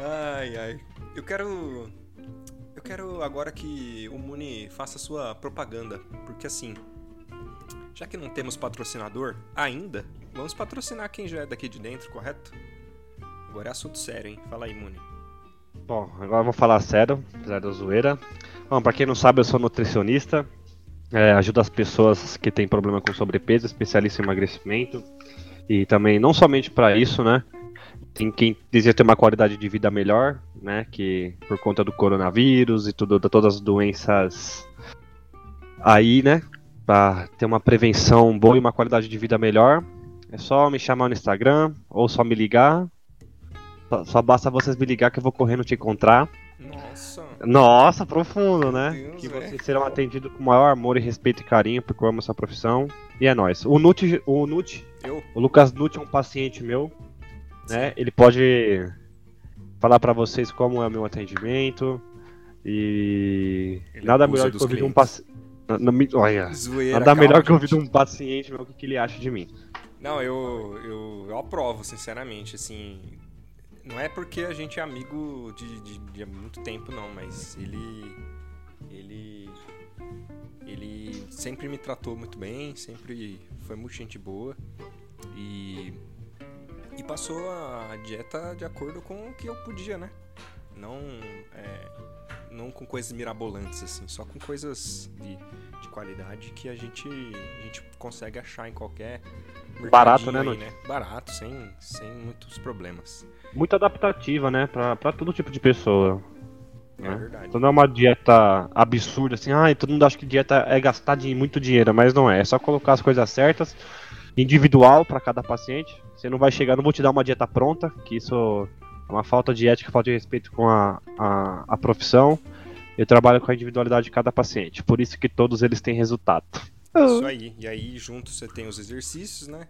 Speaker 4: Ai, ai. Eu quero. Eu quero agora que o Muni faça sua propaganda. Porque assim. Já que não temos patrocinador ainda, vamos patrocinar quem já é daqui de dentro, correto? Agora é assunto sério, hein? Fala aí, Muni.
Speaker 7: Bom, agora eu vou falar sério, apesar da zoeira. Bom, pra quem não sabe, eu sou nutricionista. É, ajudo as pessoas que têm problema com sobrepeso, especialista em emagrecimento. E também, não somente pra isso, né? Tem quem deseja ter uma qualidade de vida melhor, né? Que por conta do coronavírus e tudo, de todas as doenças aí, né? Pra ter uma prevenção boa e uma qualidade de vida melhor. É só me chamar no Instagram ou só me ligar. Só, só basta vocês me ligar que eu vou correndo te encontrar.
Speaker 4: Nossa.
Speaker 7: Nossa, profundo, né?
Speaker 4: Deus,
Speaker 7: que
Speaker 4: velho.
Speaker 7: vocês serão atendidos com o maior amor e respeito e carinho, porque eu amo essa profissão. E é nóis. O Nut, o Nut,
Speaker 4: Eu?
Speaker 7: o Lucas Nut é um paciente meu, né? Ele pode falar pra vocês como é o meu atendimento e
Speaker 4: Ele
Speaker 7: nada
Speaker 4: abusa
Speaker 7: melhor que
Speaker 4: dos
Speaker 7: ouvir um
Speaker 4: clientes.
Speaker 7: paciente. Olha,
Speaker 4: Zoeira.
Speaker 7: nada
Speaker 4: calma,
Speaker 7: melhor que
Speaker 4: gente.
Speaker 7: ouvir de um paciente meu o que que ele acha de mim.
Speaker 4: Não, eu, eu, eu aprovo, sinceramente, assim. Não é porque a gente é amigo de, de, de há muito tempo, não, mas ele. Ele. Ele sempre me tratou muito bem, sempre foi muito gente boa. E. E passou a dieta de acordo com o que eu podia, né? Não. é, não com coisas mirabolantes, assim, só com coisas de, de qualidade que a gente, a gente consegue achar em qualquer.
Speaker 7: Barato,
Speaker 4: mercadinho
Speaker 7: né,
Speaker 4: aí,
Speaker 7: Nuti?
Speaker 4: Barato, sem, sem muitos problemas.
Speaker 7: Muito adaptativa, né? Pra, pra todo tipo de pessoa.
Speaker 4: É,
Speaker 7: É.
Speaker 4: verdade.
Speaker 7: Então não é uma dieta absurda, assim, ai, todo mundo acha que dieta é gastar de muito dinheiro, mas não é. É só colocar as coisas certas, individual pra cada paciente. Você não vai chegar, não vou te dar uma dieta pronta, que isso é uma falta de ética, falta de respeito com a, a, a profissão. Eu trabalho com a individualidade de cada paciente, por isso que todos eles têm resultado.
Speaker 4: É
Speaker 7: tá.
Speaker 4: Isso aí. E aí, junto, você tem os exercícios, né?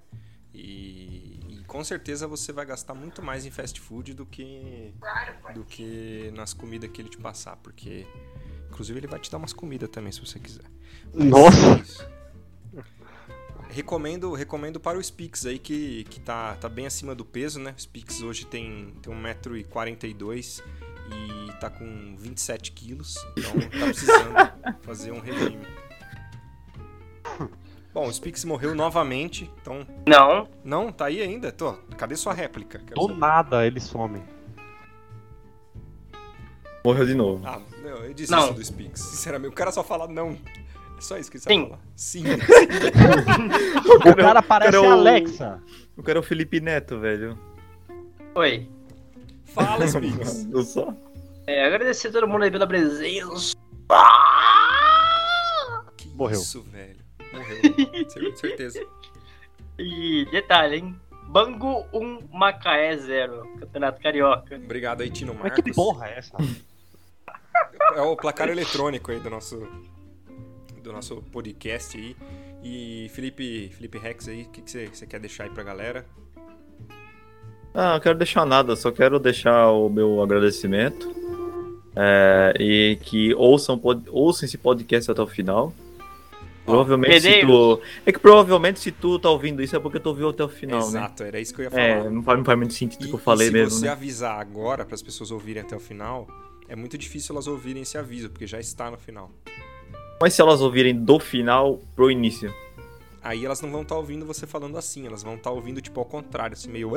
Speaker 4: E, e com certeza você vai gastar muito mais em fast food do que, do que nas comidas que ele te passar, porque. Inclusive, ele vai te dar umas comidas também, se você quiser. Mas
Speaker 7: Nossa!
Speaker 4: é isso. Recomendo, recomendo para o Spix aí, que, que tá, tá bem acima do peso, né? O Spix hoje tem, tem 1,42m e tá com 27 quilos. Então tá precisando fazer um regime. Bom, o Spix morreu novamente, então...
Speaker 5: Não,
Speaker 4: Não, tá aí ainda? Tô, cadê sua réplica? Quero
Speaker 7: Do
Speaker 4: saber.
Speaker 7: nada eles somem.
Speaker 6: Morreu de novo.
Speaker 4: Ah, não, eu desisto
Speaker 5: Não.
Speaker 4: do Spix. Sinceramente, o cara só fala não. É só isso que ele
Speaker 5: Sim.
Speaker 4: sabe falar. Sim.
Speaker 7: O cara parece
Speaker 6: quero-
Speaker 7: a Alexa.
Speaker 6: Eu quero o Felipe Neto, velho.
Speaker 5: foi.
Speaker 4: Fala, Spix.
Speaker 6: Eu só.
Speaker 5: É, agradecer a todo mundo aí pela presença.
Speaker 4: Que
Speaker 7: Morreu.
Speaker 4: Isso, velho. Morreu. Cer- Certeza.
Speaker 5: E detalhe, hein? Bangu 1, Macaé 0, Campeonato Carioca.
Speaker 4: Obrigado aí, Tino
Speaker 7: Mas
Speaker 4: Marcos.
Speaker 7: que porra é essa?
Speaker 4: É o placar eletrônico aí do nosso. do nosso podcast aí. E Felipe, Felipe Rex aí, o que que você você quer deixar aí pra galera?
Speaker 6: Ah, não quero deixar nada, só quero deixar o meu agradecimento. É, e que ouçam, pod- ouçam esse podcast até o final. Provavelmente se tu. É que provavelmente se tu tá ouvindo isso é porque tu ouviu até o final, né?
Speaker 4: Exato, era isso que eu ia falar.
Speaker 6: É, não faz, não faz muito sentido o que eu falei
Speaker 4: se
Speaker 6: mesmo,
Speaker 4: você
Speaker 6: né?
Speaker 4: avisar agora para as pessoas ouvirem até o final, é muito difícil elas ouvirem esse aviso, porque já está no final.
Speaker 6: Mas se elas ouvirem do final pro início.
Speaker 4: Aí elas não vão estar ouvindo você falando assim, elas vão estar ouvindo tipo ao contrário, assim meio.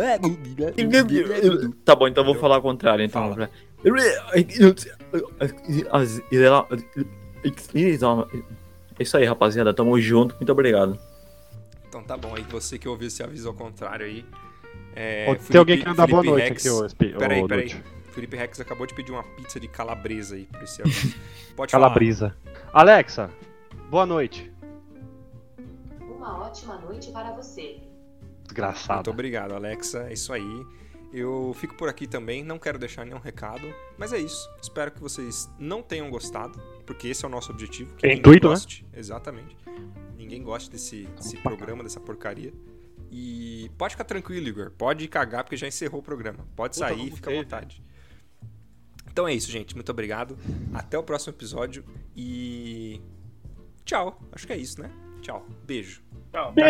Speaker 6: Tá bom, então eu vou falar ao contrário, então.
Speaker 4: Fala.
Speaker 6: É isso aí, rapaziada. Tamo junto, muito obrigado.
Speaker 4: Então tá bom, aí você que ouviu esse aviso ao contrário aí. É,
Speaker 7: Ou
Speaker 4: Felipe-
Speaker 7: tem alguém que não dá boa
Speaker 4: Felipe
Speaker 7: noite aqui, ô Spi- ô,
Speaker 4: Peraí, peraí.
Speaker 7: Lute.
Speaker 4: Felipe Rex acabou de pedir uma pizza de calabresa aí por esse aviso. Pode falar.
Speaker 7: Calabrisa. Alexa, boa noite.
Speaker 10: Uma ótima noite para você.
Speaker 4: Muito
Speaker 7: Desgraçado.
Speaker 4: obrigado, Alexa. É isso aí. Eu fico por aqui também, não quero deixar nenhum recado, mas é isso. Espero que vocês não tenham gostado, porque esse é o nosso objetivo. Que
Speaker 7: É
Speaker 4: ninguém
Speaker 7: intuito, né?
Speaker 4: goste, Exatamente. Ninguém goste desse, desse programa, dessa porcaria. E pode ficar tranquilo, Igor. Pode cagar, porque já encerrou o programa. Pode
Speaker 7: Puta,
Speaker 4: sair,
Speaker 7: vamos
Speaker 4: fica à
Speaker 7: ter,
Speaker 4: vontade. Então é isso, gente. Muito obrigado. Até o próximo episódio e. Tchau. Acho que é isso, né? Tchau. Beijo.
Speaker 5: Tchau.
Speaker 4: Dá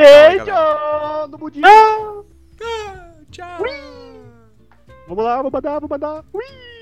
Speaker 4: tchau, galera.
Speaker 7: do budinho.
Speaker 4: Tchau.
Speaker 7: Vamos lá, vou mandar, vou mandar. Ui!